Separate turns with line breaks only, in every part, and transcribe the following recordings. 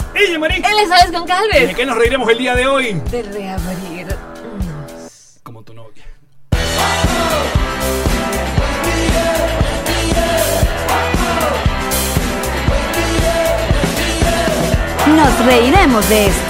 Calvillo, Marín.
Él es Alex
¿De
Goncalves.
qué nos reiremos el día de hoy?
De reabrir.
Como tu novia.
Nos reiremos de esto.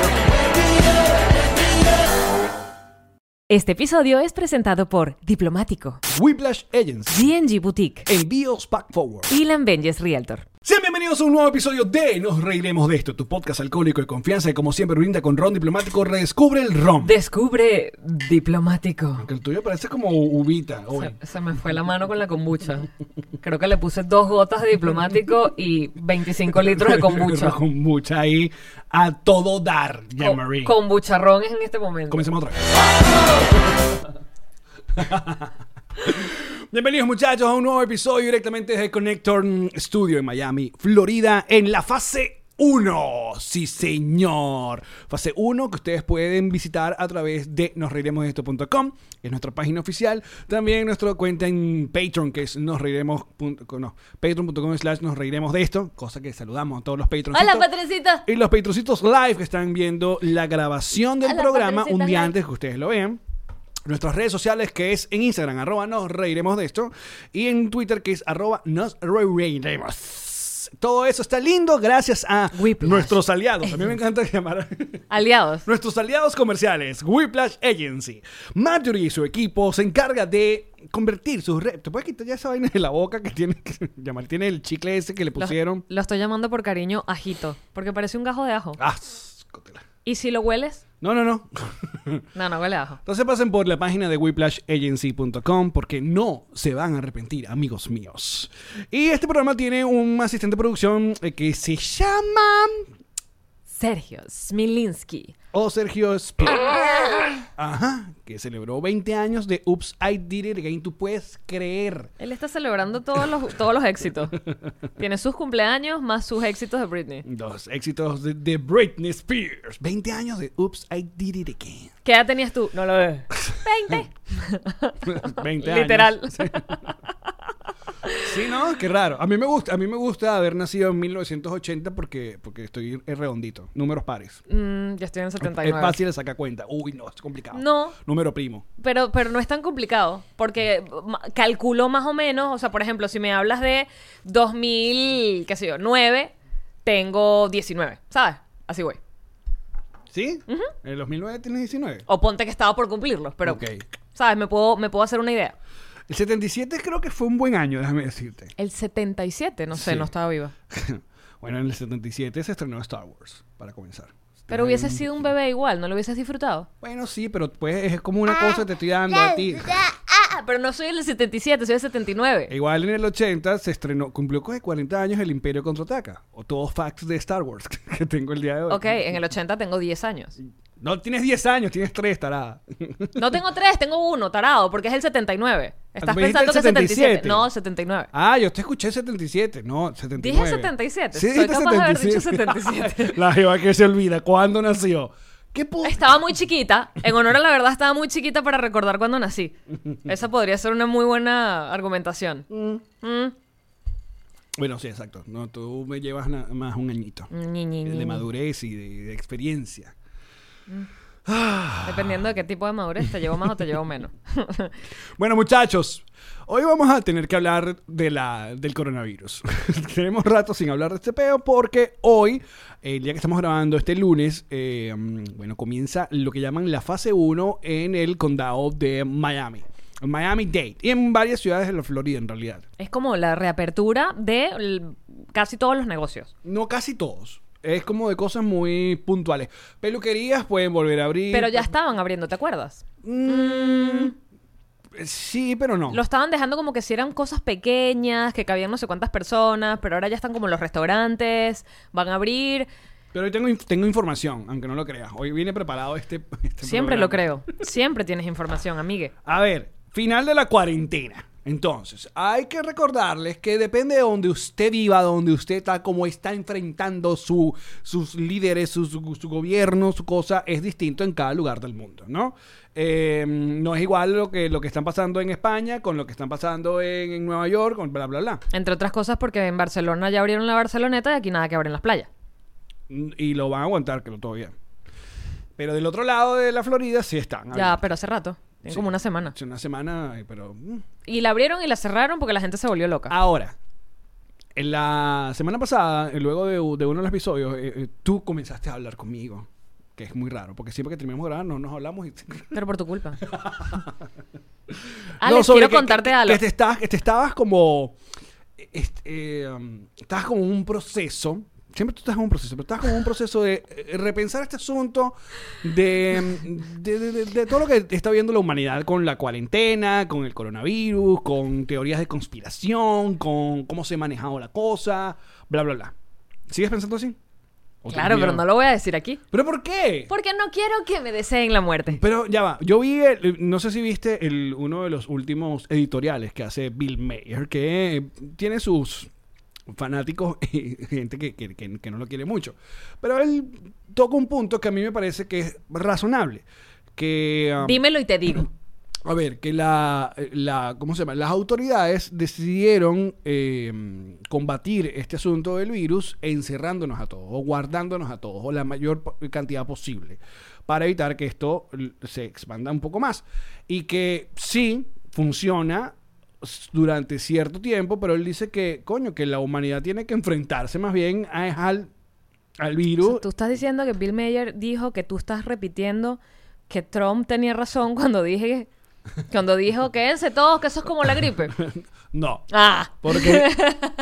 Este episodio es presentado por Diplomático,
Whiplash Agency.
DNG Boutique,
Envíos Pack Forward.
y Benjes Realtor.
Sean bienvenidos a un nuevo episodio de Nos Reiremos de esto, tu podcast alcohólico de confianza que como siempre brinda con ron diplomático, redescubre el ron.
Descubre Diplomático.
Aunque el tuyo parece como ubita hoy.
Se, se me fue la mano con la kombucha. Creo que le puse dos gotas de diplomático y 25 litros de kombucha.
Con mucha ahí a todo dar, ya,
Con
Marín.
Kombucharrón es en este momento.
Comencemos otra vez. Bienvenidos muchachos a un nuevo episodio directamente desde Connector Studio en Miami, Florida, en la fase 1. Sí, señor. Fase 1 que ustedes pueden visitar a través de nosreiremosdeesto.com, que es nuestra página oficial. También nuestra cuenta en Patreon, que es nosreiremos. No, patreon.com slash nosreiremos de esto, cosa que saludamos a todos los patrons.
Hola, patroncita.
Y los Patroncitos Live que están viendo la grabación del
Hola,
programa un día
Patroncitos Live.
antes que ustedes lo vean. Nuestras redes sociales que es en Instagram, arroba nos reiremos de esto. Y en Twitter que es arroba nos reiremos. Todo eso está lindo gracias a
Whiplash.
nuestros aliados. A mí me encanta llamar
Aliados.
Nuestros aliados comerciales, Whiplash Agency. Marjorie y su equipo se encarga de convertir sus redes. ¿Te puedes quitar ya esa vaina de la boca que tiene que llamar? Tiene el chicle ese que le
Lo-
pusieron.
Lo, estoy llamando por cariño ajito, porque parece un gajo de
Ah.
ajo.
Ascótela.
Y si lo hueles,
No, no, no.
no, no huele a ajo.
Entonces pasen por la página de whiplashagency.com porque no se van a arrepentir, amigos míos. Y este programa tiene un asistente de producción eh, que se llama
Sergio Smilinski.
O Sergio Sp- Ajá, que celebró 20 años de Oops, I Did It Again. Tú puedes creer.
Él está celebrando todos los, todos los éxitos. Tiene sus cumpleaños más sus éxitos de Britney.
Los éxitos de, de Britney Spears. 20 años de Oops, I Did It Again.
¿Qué edad tenías tú? No lo ves. 20.
20 años.
Literal.
Sí, ¿no? Qué raro. A mí me gusta, a mí me gusta haber nacido en 1980 porque, porque estoy redondito. Números pares.
Mm, ya estoy en el 79.
Es fácil de sacar cuenta. Uy, no, es complicado.
No.
Número primo.
Pero, pero no es tan complicado, porque ma- calculo más o menos, o sea, por ejemplo, si me hablas de 2000, qué sé yo, 9, tengo 19, ¿sabes? Así voy.
¿Sí? En el 2009 tienes 19.
O ponte que estaba por cumplirlos, pero,
Ok.
¿sabes? Me puedo, me puedo hacer una idea.
El 77 creo que fue un buen año, déjame decirte.
El 77, no sé,
Sí.
no estaba viva.
bueno, en el 77 se estrenó Star Wars, para comenzar.
Pero hubiese sido un bebé igual, ¿no lo hubieses disfrutado?
Bueno, sí, pero pues es como una cosa que te estoy dando a ti.
Ah, pero no soy el 77, soy el 79.
Igual en el 80 se estrenó, cumplió con 40 años el Imperio Contraataca. O todos facts de Star Wars que tengo el día de hoy.
Ok, en el 80 tengo 10 años.
No, tienes 10 años, tienes 3, tarada.
No tengo 3, tengo 1, tarado, porque es el 79. Estás
Ah, Me dijiste
pensando que
el
es 77.
77.
No, 79.
Ah, yo te escuché 77, no, 79.
Dije 77,
Sí,
soy
dijiste
capaz de haber dicho 77.
La jeva que se olvida, ¿cuándo nació? ¿Qué puta?
Estaba muy chiquita. En honor a la verdad, estaba muy chiquita para recordar cuando nací. Esa podría ser una muy buena argumentación. Mm,
Bueno, sí, exacto. No, tú me llevas na- más un añito.
ñi, ñi, ñi,
De
ñi.
madurez y de, de experiencia.
Dependiendo de qué tipo de madurez, te llevo más o te llevo menos.
Bueno, muchachos, hoy vamos a tener que hablar de la, del coronavirus. Tenemos rato sin hablar de este peo porque hoy, eh, el día que estamos grabando, este lunes, eh, mm, bueno, comienza lo que llaman la fase 1 en el condado de Miami. Miami Dade y en varias ciudades de la Florida en realidad.
es como la reapertura de l- casi todos los negocios.
No casi todos. Es como de cosas muy puntuales. Peluquerías pueden volver a abrir.
Pero ya estaban abriendo, ¿te acuerdas?
Mm, sí, pero no.
Lo estaban dejando como que si eran cosas pequeñas, que cabían no sé cuántas personas, pero ahora ya están como los restaurantes, van a abrir.
Pero hoy tengo, inf- tengo información, aunque no lo creas. Hoy viene preparado este. este
Siempre
programa.
lo creo. Siempre tienes información, amigue.
A ver, final de la cuarentena. Entonces, hay que recordarles que depende de donde usted viva, donde usted está, cómo está enfrentando su, sus líderes, su, su- su gobierno, su cosa, es distinto en cada lugar del mundo, ¿no? Eh, no es igual lo que, lo que están pasando en España con lo que están pasando en, en Nueva York, con bla, bla, bla.
Entre otras cosas porque en Barcelona ya abrieron la Barceloneta y aquí nada que abren las playas.
Mm, y lo van a aguantar, que lo todavía. Pero del otro lado de la Florida sí están.
Ya,
abiertos.
pero hace rato. Tiene
Sí.
como una semana.
Hace una semana, eh, pero. mm.
Y la abrieron y la cerraron porque la gente se volvió loca.
Ahora, en la semana pasada, eh, luego de, de uno de los episodios, eh, eh, tú comenzaste a hablar conmigo. Que es muy raro, porque siempre que terminamos de grabar no nos hablamos y.
Pero por tu culpa.
No,
Alex,
sobre
Ah, quiero
que-
contarte
que- este
algo.
Que te estabas, que te estabas como. este, eh, um, estabas como en un proceso. Siempre tú estás en un proceso, pero estabas como en un proceso de eh, repensar este asunto de, mm, de, de- de- de todo lo que está viendo la humanidad con la cuarentena, con el coronavirus, con teorías de conspiración, con cómo se ha manejado la cosa, bla, bla, bla. ¿Sigues pensando así? ¿O tienes
Claro, pero
miedo?
no lo voy a decir aquí.
¿Pero por qué?
Porque no quiero que me deseen la muerte.
Pero ya va, yo vi, el- eh, no sé si viste el, uno de los últimos editoriales que hace Bill Mayer, que eh, tiene sus fanáticos y gente que, que- que- que no lo quiere mucho. Pero él toca un punto que a mí me parece que es razonable. Que, ah,
Dímelo y te digo.
a ver, que la, la- ¿cómo se llama? Las autoridades decidieron eh, combatir este asunto del virus encerrándonos a todos, o guardándonos a todos, o la mayor po- cantidad posible, para evitar que esto l- se expanda un poco más. Y que sí funciona s- durante cierto tiempo, pero él dice que, coño, que la humanidad tiene que enfrentarse más bien a- al, al virus.
O sea, tú estás diciendo que Bill Mayer dijo que tú estás repitiendo que Trump tenía razón cuando dije cuando dijo quédense todos que eso es como la gripe.
No,
Ah.
porque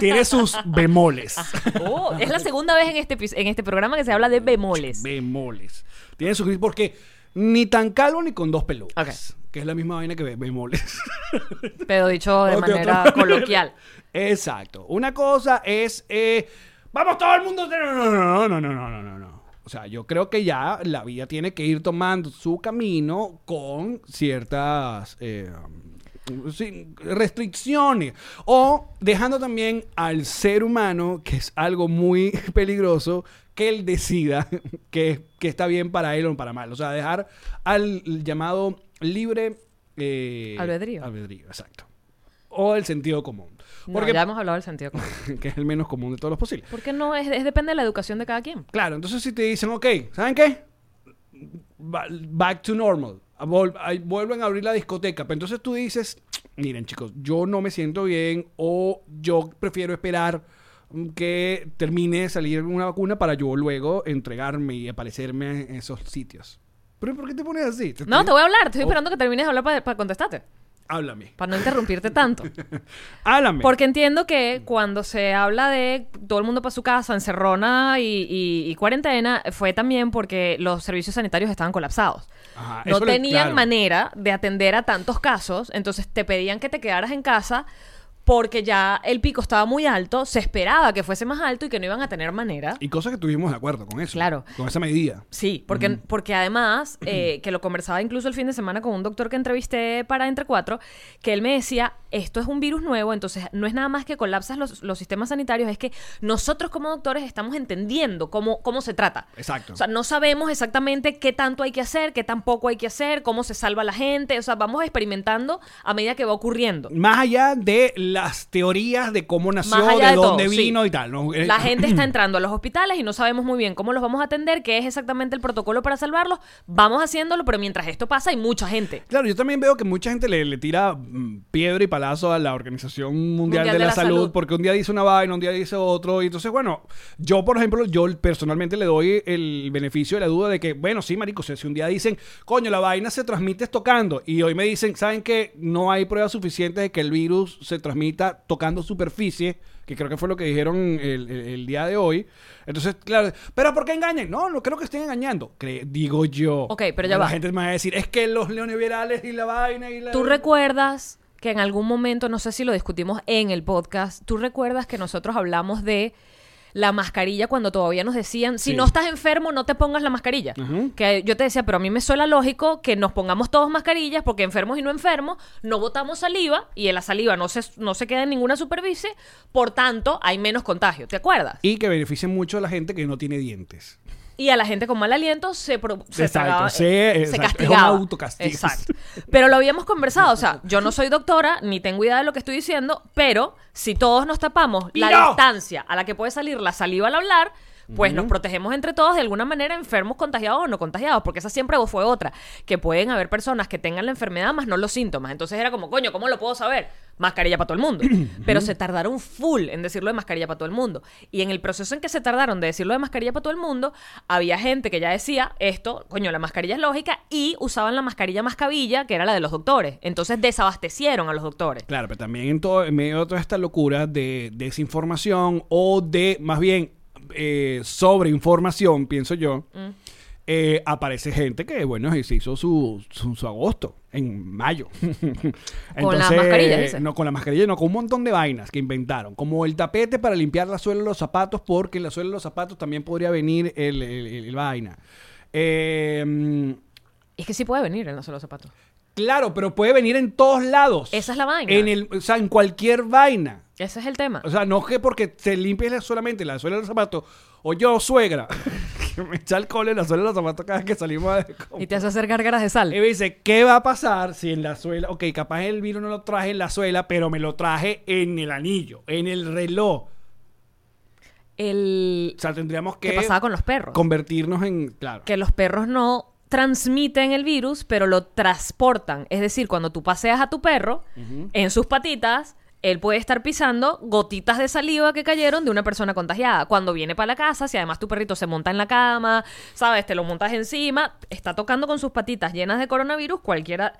tiene sus bemoles.
Oh, es la segunda vez en este epi- en este programa que se habla de bemoles.
Bemoles. Tienen su gris porque ni tan calvo ni con dos pelucas.
Ok.
Que es la misma vaina que be- bemoles.
Pero dicho de
Ok, otra
manera
manera.
coloquial.
Exacto. Una cosa es. eh, Vamos todo el mundo. No, no, no, no, no, no, no, no, no. O sea, yo creo que ya la vida tiene que ir tomando su camino con ciertas eh, um, sí, restricciones. O dejando también al ser humano, que es algo muy peligroso, que él decida que, que está bien para él o para mal. O sea, dejar al llamado libre eh,
Albedrío.
Albedrío, exacto o el sentido común.
No,
Porque,
ya hemos hablado del sentido común.
que es el menos común de todos los posibles.
Porque no es, es depende de la educación de cada quien.
Claro, entonces si te dicen, ok, ¿saben qué? Ba- Back to normal. A vol- a- Vuelven a abrir la discoteca. Pero entonces tú dices, miren chicos, yo no me siento bien o yo prefiero esperar mm, que termine de salir una vacuna para yo luego entregarme y aparecerme en esos sitios. ¿Pero por qué te pones así?
No, te voy a hablar. Estoy
Oh.
esperando que termines de hablar para contestarte.
Háblame.
Para no interrumpirte tanto.
Háblame.
Porque entiendo que cuando se habla de todo el mundo para su casa, encerrona y, y- y cuarentena, fue también porque los servicios sanitarios estaban colapsados.
Ajá, Ah,
no
eso le-
tenían
claro.
manera de atender a tantos casos, entonces te pedían que te quedaras en casa porque ya el pico estaba muy alto, se esperaba que fuese más alto y que no iban a tener manera.
Y cosas que tuvimos de acuerdo con eso.
Claro.
Con esa medida.
Sí, porque, porque además, eh, que lo conversaba incluso el fin de semana con un doctor que entrevisté para Entre Cuatro, que él me decía, esto es un virus nuevo, entonces no es nada más que colapsas los, los sistemas sanitarios, es que nosotros como doctores estamos entendiendo cómo, cómo se trata.
Exacto.
O sea, no sabemos exactamente qué tanto hay que hacer, qué tan poco hay que hacer, cómo se salva la gente, o sea, vamos experimentando a medida que va ocurriendo.
Más allá de las teorías de cómo nació,
Más allá
de,
de todo,
dónde
sí.
vino y tal. ¿no? Eh,
La gente está entrando a los hospitales y no sabemos muy bien cómo los vamos a atender, qué es exactamente el protocolo para salvarlos. Vamos haciéndolo, pero mientras esto pasa hay mucha gente.
Claro, yo también veo que mucha gente le, le tira mm, piedra y palazo a la Organización Mundial,
Mundial
de, la, salud, porque un día dice una vaina, un día dice otro. Y entonces, bueno, yo, por ejemplo, yo personalmente le doy el beneficio de la duda de que, bueno, sí, marico, o sea, si un día dicen, coño, la vaina se transmite es tocando, y hoy me dicen, ¿saben que No hay pruebas suficientes de que el virus se transmita tocando superficie, que creo que fue lo que dijeron el, el- el día de hoy. Entonces, claro, ¿pero por qué engañan? No, no creo que estén engañando, cre- digo yo.
Ok, pero ya
la
va.
gente me va a decir, es que los neoliberales y la vaina y la...
¿Tú recuerdas que en algún momento, no sé si lo discutimos en el podcast, tú recuerdas que nosotros hablamos de la mascarilla cuando todavía nos decían, si
Sí.
no estás enfermo, no te pongas la mascarilla? Que yo te decía, pero a mí me suena lógico que nos pongamos todos mascarillas porque enfermos y no enfermos, no botamos saliva y en la saliva no se, no se queda en ninguna superficie, por tanto, hay menos contagio. ¿Te acuerdas?
Y que beneficien mucho a la gente que no tiene dientes.
Y a la gente con mal aliento se, pro- se,
Exacto,
tragaba-
sí,
se
exacto, es un
castigaba.
autocastigo.
Exacto. Pero lo habíamos conversado, o sea, yo no soy doctora, ni tengo idea de lo que estoy diciendo, pero si todos nos tapamos la
¡No!
distancia a la que puede salir la saliva al hablar, pues nos protegemos entre todos de alguna manera, enfermos, contagiados o no contagiados, porque esa siempre fue otra, que pueden haber personas que tengan la enfermedad más no los síntomas. Entonces era como, coño, ¿cómo lo puedo saber? Mascarilla para todo el mundo. Pero se tardaron full en decirlo de mascarilla para todo el mundo. Y en el proceso en que se tardaron de decirlo de mascarilla para todo el mundo, había gente que ya decía, esto, coño, la mascarilla es lógica, y usaban la mascarilla mascabilla, que era la de los doctores. Entonces desabastecieron a los doctores.
Claro, pero también en, todo, en medio de toda esta locura de desinformación o de, más bien, eh, sobreinformación, pienso yo,
Mm.
eh, aparece gente que, bueno, se hizo su, su, su agosto en mayo.
las mascarillas, dice.
No, con la mascarilla, no, con un montón de vainas que inventaron. Como el tapete para limpiar la suela de los zapatos, porque en la suela de los zapatos también podría venir el, el- el- el vaina. Eh,
Y es que sí puede venir en los solo zapatos.
Claro, pero puede venir en todos lados.
Esa es la vaina.
En el, o sea, en cualquier vaina.
Ese es el tema.
O sea, no que porque te limpies la- solamente la suela de los zapatos. O yo, suegra, que me echa alcohol en la suela de los zapatos cada vez que salimos a
y te hace hacer gárgaras de sal.
Y me dice, ¿qué va a pasar si en la suela? Ok, capaz el virus no lo traje en la suela, pero me lo traje en el anillo, en el reloj.
El...
O sea, tendríamos que
¿Qué pasaba con los perros?
convertirnos en. Claro.
que los perros no transmiten el virus, pero lo transportan. Es decir, cuando tú paseas a tu perro en sus patitas, él puede estar pisando gotitas de saliva que cayeron de una persona contagiada. Cuando viene para la casa, si además tu perrito se monta en la cama, sabes, te lo montas encima, está tocando con sus patitas llenas de coronavirus, cualquiera...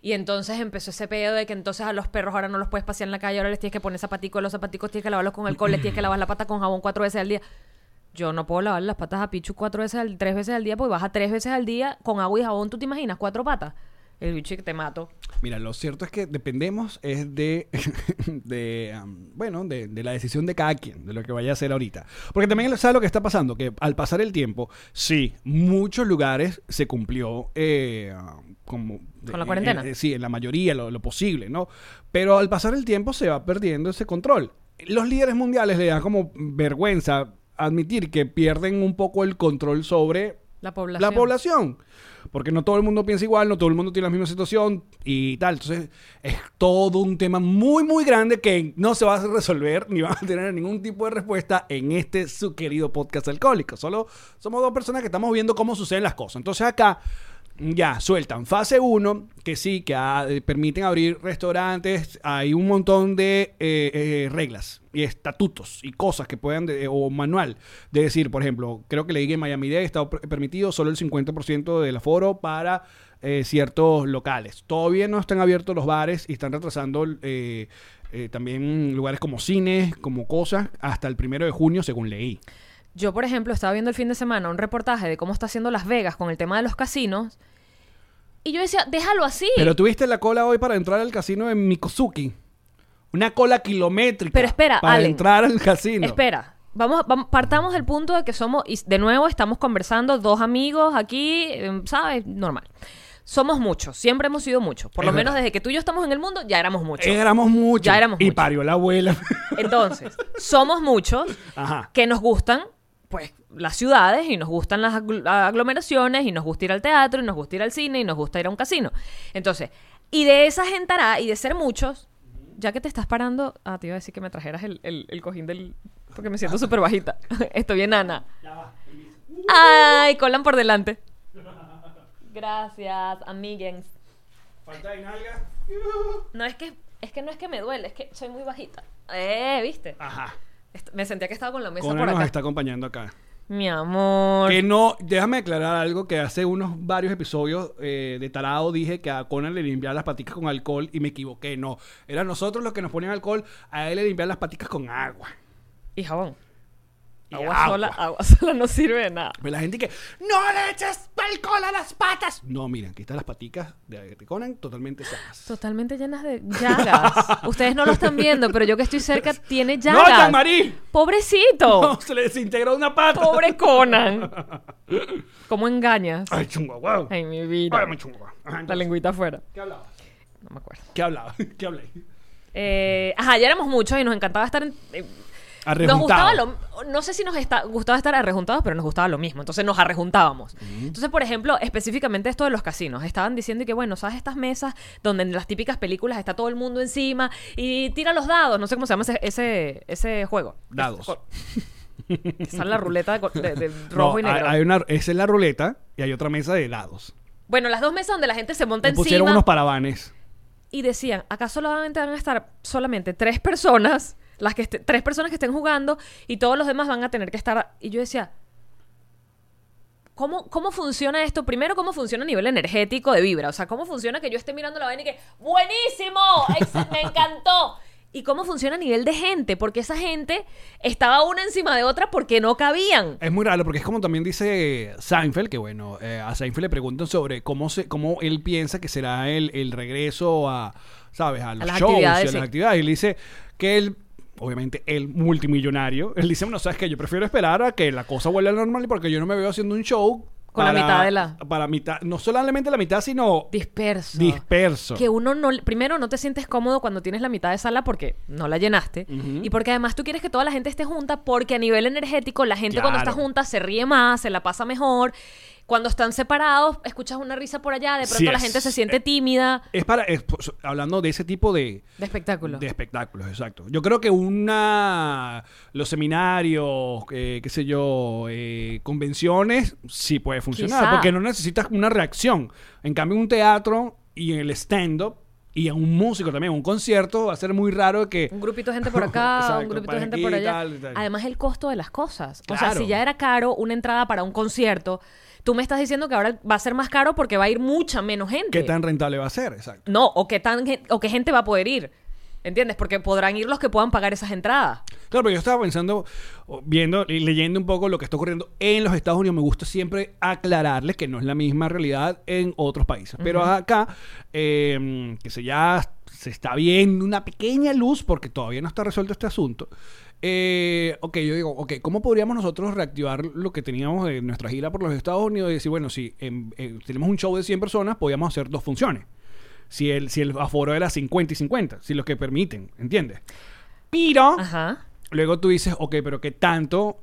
Y entonces empezó ese pedo de que entonces a los perros ahora no los puedes pasear en la calle, ahora les tienes que poner zapaticos, los zapaticos tienes que lavarlos con alcohol, les tienes que lavar la pata con jabón cuatro veces al día. Yo no puedo lavar las patas a Pichu cuatro veces al, tres veces al día, porque baja tres veces al día con agua y jabón, ¿tú te imaginas? Cuatro patas. El bicho que te mato.
Mira, lo cierto es que dependemos es de, de am, bueno, de, de la decisión de cada quien, de lo que vaya a hacer ahorita. Porque también sabes lo que está pasando, que al pasar el tiempo, sí, muchos lugares se cumplió eh, como...
Con la
eh,
cuarentena.
eh, sí, en la mayoría, lo, lo posible, ¿no? Pero al pasar el tiempo se va perdiendo ese control. Los líderes mundiales le dan como vergüenza admitir que pierden un poco el control sobre
La población.
la población. Porque no todo el mundo piensa igual, no todo el mundo tiene la misma situación y tal. Entonces, es todo un tema muy, muy grande que no se va a resolver ni va a tener ningún tipo de respuesta en este su querido podcast alcohólico. Solo somos dos personas que estamos viendo cómo suceden las cosas. Entonces, acá ya sueltan fase 1, que sí, que ah, eh, permiten abrir restaurantes. Hay un montón de eh, eh, reglas y estatutos y cosas que puedan, de- o manual, de decir, por ejemplo, creo que le dije en Miami-Dade está per- permitido solo el 50% del aforo para eh, ciertos locales. Todavía no están abiertos los bares y están retrasando eh, eh, también lugares como cines, como cosas, hasta el primero de junio, según leí.
Yo, por ejemplo, estaba viendo el fin de semana un reportaje de cómo está haciendo Las Vegas con el tema de los casinos. Y yo decía, déjalo así.
Pero tuviste la cola hoy para entrar al casino en Mikosuki. Una cola kilométrica.
Pero espera,
Para
Allen.
entrar al casino.
Espera. Vamos, vamos- partamos del punto de que somos, y de nuevo estamos conversando dos amigos aquí, eh, ¿sabes? Normal. Somos muchos, siempre hemos sido muchos. Por
Es
lo menos
verdad.
desde que tú y yo estamos en el mundo, ya éramos muchos.
Éramos muchos.
Ya éramos
Y
muchos.
parió la abuela.
Entonces, somos muchos
Ajá.
que nos gustan pues las ciudades y nos gustan las agl- aglomeraciones y nos gusta ir al teatro y nos gusta ir al cine y nos gusta ir a un casino. Entonces, y de esa gentará y de ser muchos, ya que te estás parando, ah, te iba a decir que me trajeras el, el- el cojín del... porque me siento súper bajita. Estoy bien, Ana. Ay, colan por delante. Gracias, amigues. No es que, es que no es que me duele, es que soy muy bajita. Eh, ¿viste?
Ajá.
Est- Me sentía que estaba con la mesa
Conan
por
nos
acá.
está acompañando acá.
Mi amor.
Que no, déjame aclarar algo que hace unos varios episodios eh, de Tarado dije que a Conan le limpiaba las paticas con alcohol y me equivoqué. No, eran nosotros los que nos ponían alcohol, a él le limpiaban las paticas con agua.
Y jabón.
Y
Agua,
agua.
sola, agua sola no sirve de nada.
Pero la gente que, no le eches alcohol a las patas. No, miren, aquí están las paticas de, de Conan totalmente sanas.
Totalmente llenas de llagas. Ustedes no lo están viendo, pero yo que estoy cerca tiene
¡No,
llagas.
Jean-Marie!
Pobrecito.
No, se le desintegró una pata.
Pobre Conan. ¿Cómo engañas?
Ay, chungo, guau.
Ay, mi vida.
Ay, me chungo. guau. Ajá,
La
entonces,
lengüita afuera.
¿Qué hablaba?
No me acuerdo.
¿Qué hablaba? ¿Qué hablé?
Eh, ajá, ya éramos muchos y nos encantaba estar en- eh, nos
Arrejuntado.
gustaba lo, no sé si nos esta- gustaba estar arrejuntados, pero nos gustaba lo mismo. Entonces nos arrejuntábamos. Entonces, por ejemplo, específicamente esto de los casinos. Estaban diciendo que, bueno, ¿sabes estas mesas donde en las típicas películas está todo el mundo encima y tira los dados? No sé cómo se llama ese, ese, ese juego.
Dados.
Ese- Esa es la ruleta de, co- de- de rojo y
No, hay-
negro.
hay una, esa es la ruleta y hay otra mesa de helados.
Bueno, las dos mesas donde la gente se monta
Le pusieron
encima
unos paravanes.
y decían, acá solamente van a estar solamente tres personas, las que est- tres personas que estén jugando y todos los demás van a tener que estar. Y yo decía, ¿cómo, ¿cómo funciona esto? Primero, ¿cómo funciona a nivel energético de vibra? O sea, ¿cómo funciona que yo esté mirando la vaina y que, buenísimo, Ex- me encantó? ¿Y cómo funciona a nivel de gente? Porque esa gente estaba una encima de otra porque no cabían.
Es muy raro porque es como también dice Seinfeld, que bueno, eh, a Seinfeld le preguntan sobre cómo se, cómo él piensa que será el, el regreso a, ¿sabes? A los
las
shows, y a
actividades,
las
sí.
actividades. Y le dice que él, obviamente, el multimillonario, él dice, bueno, ¿sabes qué? Yo prefiero esperar a que la cosa vuelva a la normal porque yo no me veo haciendo un show.
Con la mitad de la-
Para mitad, no solamente la mitad, sino
Disperso.
disperso.
que uno no primero no te sientes cómodo cuando tienes la mitad de sala porque no la llenaste y porque además tú quieres que toda la gente esté junta porque a nivel energético la gente cuando está
Claro.
junta se ríe más se la pasa mejor cuando están separados escuchas una risa por allá de
Sí
pronto la
es.
gente se siente
Eh,
tímida
Es para, es- pues, hablando de ese tipo de,
de espectáculo
De espectáculos, exacto. Yo creo que una. Los seminarios, eh, qué sé yo, eh, convenciones, sí puede funcionar.
Quizá.
Porque no necesitas una reacción. En cambio, un teatro y el stand-up y a un músico también, un concierto, va a ser muy raro que.
un grupito de gente por acá, un
Exacto,
grupito de
para
gente
aquí
por
y
allá.
tal, y tal.
Además, el costo de las cosas. O sea,
Claro.
si ya era caro una entrada para un concierto, tú me estás diciendo que ahora va a ser más caro porque va a ir mucha menos gente.
¿Qué tan rentable va a ser? Exacto.
No, o qué tan gen- o qué gente va a poder ir. ¿Entiendes? Porque podrán ir los que puedan pagar esas entradas.
Claro, pero yo estaba pensando, o viendo y leyendo un poco lo que está ocurriendo en los Estados Unidos. Me gusta siempre aclararles que no es la misma realidad en otros países. Pero acá, eh, que se ya se está viendo una pequeña luz porque todavía no está resuelto este asunto. Eh, ok, yo digo, ok, ¿cómo podríamos nosotros reactivar lo que teníamos en nuestra gira por los Estados Unidos? Y decir, bueno, si en- en- tenemos un show de 100 personas, podíamos hacer dos funciones. Si el, si el aforo era 50 y 50, si lo que permiten, ¿entiendes? Pero...
Ajá.
Luego tú dices, ok, pero ¿qué tanto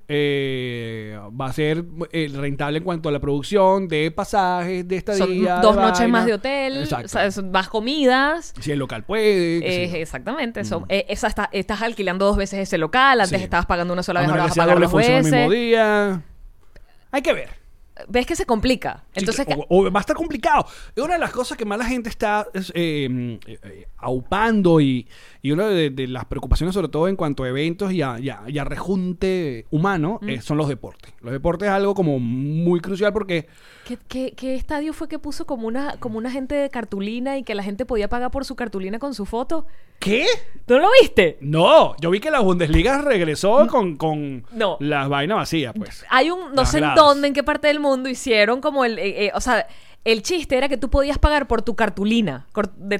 eh, va a ser eh, rentable en cuanto a la producción de pasajes, de
Son
estadía?
dos
de
noches
vaina?
más de hotel,
Exacto.
o sea, son más comidas.
si el local puede. qué sé
Eh,
yo.
exactamente. Son, eh, esa está- estás alquilando dos veces ese local. Antes
Sí.
estabas pagando una sola
A
vez,
menos
ahora
que
vas a
sea
pagar
doble
dos
función el mismo
veces.
día. Hay que ver.
Ves que se complica.
Sí,
Entonces,
que- o, o va a estar complicado. Y una de las cosas que más la gente está es, eh, mm, eh, eh, aupando y, y una de, de las preocupaciones, sobre todo en cuanto a eventos y a, y a- y a rejunte humano,
Mm.
eh, son los deportes. Los deportes es algo como muy crucial porque...
¿Qué, qué, qué estadio fue que puso como una, como una gente de cartulina y que la gente podía pagar por su cartulina con su foto?
¿Qué?
¿No lo viste?
No, yo vi que la Bundesliga regresó con, con
No.
las vainas vacías, pues.
Hay un, no
Las
sé en
gradas.
dónde, en qué parte del mundo hicieron como el, eh, eh, o sea, el chiste era que tú podías pagar por tu cartulina cor- de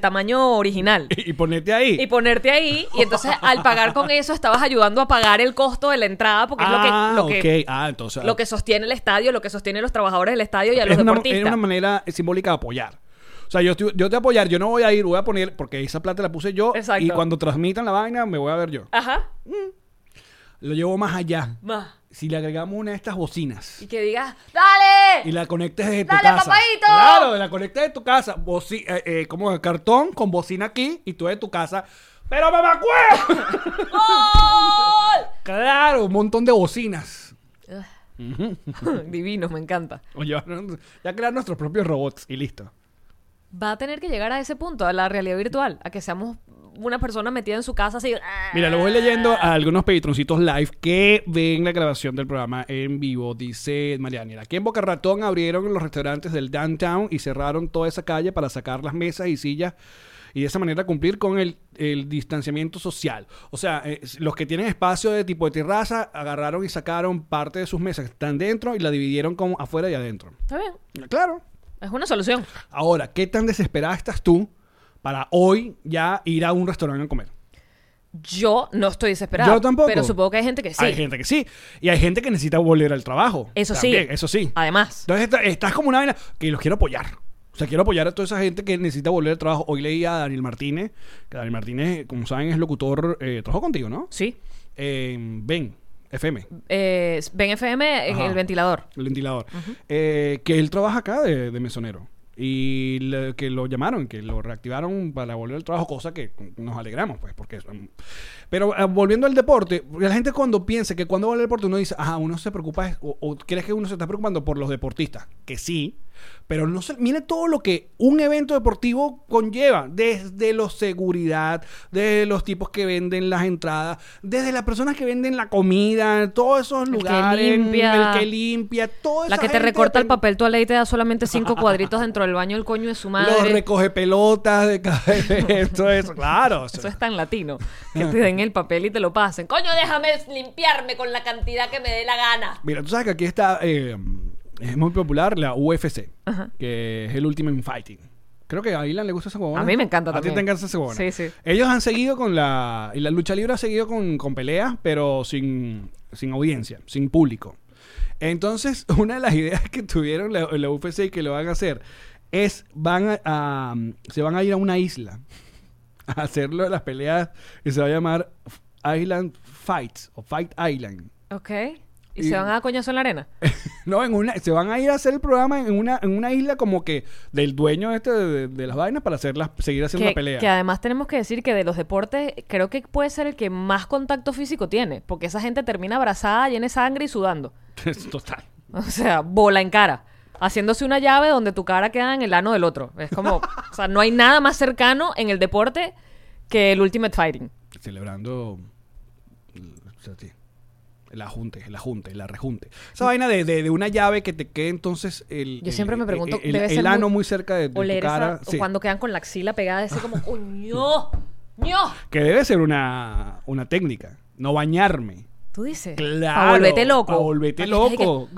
tamaño original.
Y, y ponete ahí.
Y ponerte ahí, y entonces al pagar con eso estabas ayudando a pagar el costo de la entrada, porque
ah,
es lo que, lo que,
ok. Ah, entonces.
lo que sostiene el estadio, lo que sostiene a los trabajadores del estadio y a
es
los
una,
deportistas.
es una manera simbólica de apoyar. O sea, yo, estoy- yo te voy a apoyar, yo no voy a ir, voy a poner, porque esa plata la puse yo.
Exacto.
Y cuando transmitan la vaina, me voy a ver yo.
Ajá.
Lo llevo más allá.
Más.
Si le agregamos una de estas bocinas.
Y que digas, ¡dale!
Y la conectes desde tu
¡Dale,
casa.
papaíto!
Claro, la conectes de tu casa. Boci- eh, eh, como el cartón con bocina aquí y tú de tu casa. ¡Pero mamacuevo!
¡Gol!
Claro, un montón de bocinas.
Divinos, me encanta.
O llevarnos- ya crear nuestros propios robots y listo.
Va a tener que llegar a ese punto, a la realidad virtual, a que seamos una persona metida en su casa así.
Mira, lo voy leyendo a algunos patroncitos live que ven la grabación del programa en vivo. Dice Marianela, aquí en Boca Ratón abrieron los restaurantes del downtown y cerraron toda esa calle para sacar las mesas y sillas y de esa manera cumplir con el, el distanciamiento social. O sea, eh, los que tienen espacio de tipo de terraza agarraron y sacaron parte de sus mesas que están dentro y la dividieron como afuera y adentro.
Está bien,
Claro,
es una solución.
Ahora, ¿qué tan desesperada estás tú para hoy ya ir a un restaurante a comer?
Yo no estoy desesperada.
Yo tampoco.
Pero supongo que hay gente que sí.
Hay gente que sí. Y hay gente que necesita volver al trabajo.
Eso
También,
sí.
Eso sí.
Además.
Entonces está- estás como una vaina que los quiero apoyar. O sea, quiero apoyar a toda esa gente que necesita volver al trabajo. Hoy leí a Daniel Martínez, que Daniel Martínez, como saben, es locutor, eh, trabajó contigo, ¿no?
Sí.
En Ven, FM,
Eh, ven FM en
Ajá.
el ventilador.
el ventilador. Eh, que él trabaja acá de, de mesonero. Y le- que lo llamaron, que lo reactivaron para volver al trabajo, cosa que nos alegramos, pues, porque... mm, Pero eh, volviendo al deporte, la gente cuando piensa que cuando va al deporte uno dice, ajá, uno se preocupa, es- o, o crees que uno se está preocupando por los deportistas, que sí, pero no se, mire todo lo que un evento deportivo conlleva, desde los seguridad, desde los tipos que venden las entradas, desde las personas que venden la comida, todos esos
que
lugares,
limpia.
el que limpia, toda
La
esa
que te
gente
recorta el
depende-
papel toalé y te da solamente cinco cuadritos dentro del baño el coño de su
los
madre.
recoge pelotas de cabeza, todo eso, claro. o sea,
Eso es tan latino. Que te den el papel y te lo pasen. Coño, déjame limpiarme con la cantidad que me dé la gana.
Mira, tú sabes que aquí está, eh, es muy popular la UFC, que es el Ultimate Fighting. Creo que a Ilan le gusta esa huevona.
A mí me encanta
A ti
también.
te encanta esa huevona.
Sí, sí.
Ellos han seguido con la... Y la lucha libre ha seguido con, con peleas, pero sin, sin audiencia, sin público. Entonces, una de las ideas que tuvieron la, la UFC y que lo van a hacer es, van a, a- se van a ir a una isla a hacerlo de las peleas que se va a llamar Island Fights o Fight Island.
Ok. ¿Y,
Y-
se van a dar coñazo en la arena?
No, en una, se van a ir a hacer el programa en una, en una isla como que del dueño este de, de- de las vainas para hacerlas, seguir haciendo
que,
la pelea.
que además tenemos que decir que de los deportes creo que puede ser el que más contacto físico tiene, porque esa gente termina abrazada, llena de sangre y sudando.
Es Total.
O sea, bola en cara, haciéndose una llave donde tu cara queda en el ano del otro. Es como, o sea, no hay nada más cercano en el deporte que el Ultimate Fighting.
Celebrando o sea, sí, el ajunte, el ajunte, el rejunte. Esa vaina de, de- de una llave que te quede entonces el.
Mm. Yo siempre
el-
me pregunto,
el, el-
debe
el
ser muy-
ano muy cerca de, de tu
Oler esa-
cara. sí.
o cuando quedan con la axila pegada, ese como, ¡coño! ¡ño!
Que debe ser una, una técnica. No bañarme.
Tú dices,
Claro.
pa' volverte loco.
pa' volverte
Pa' que- ay, que-
loco.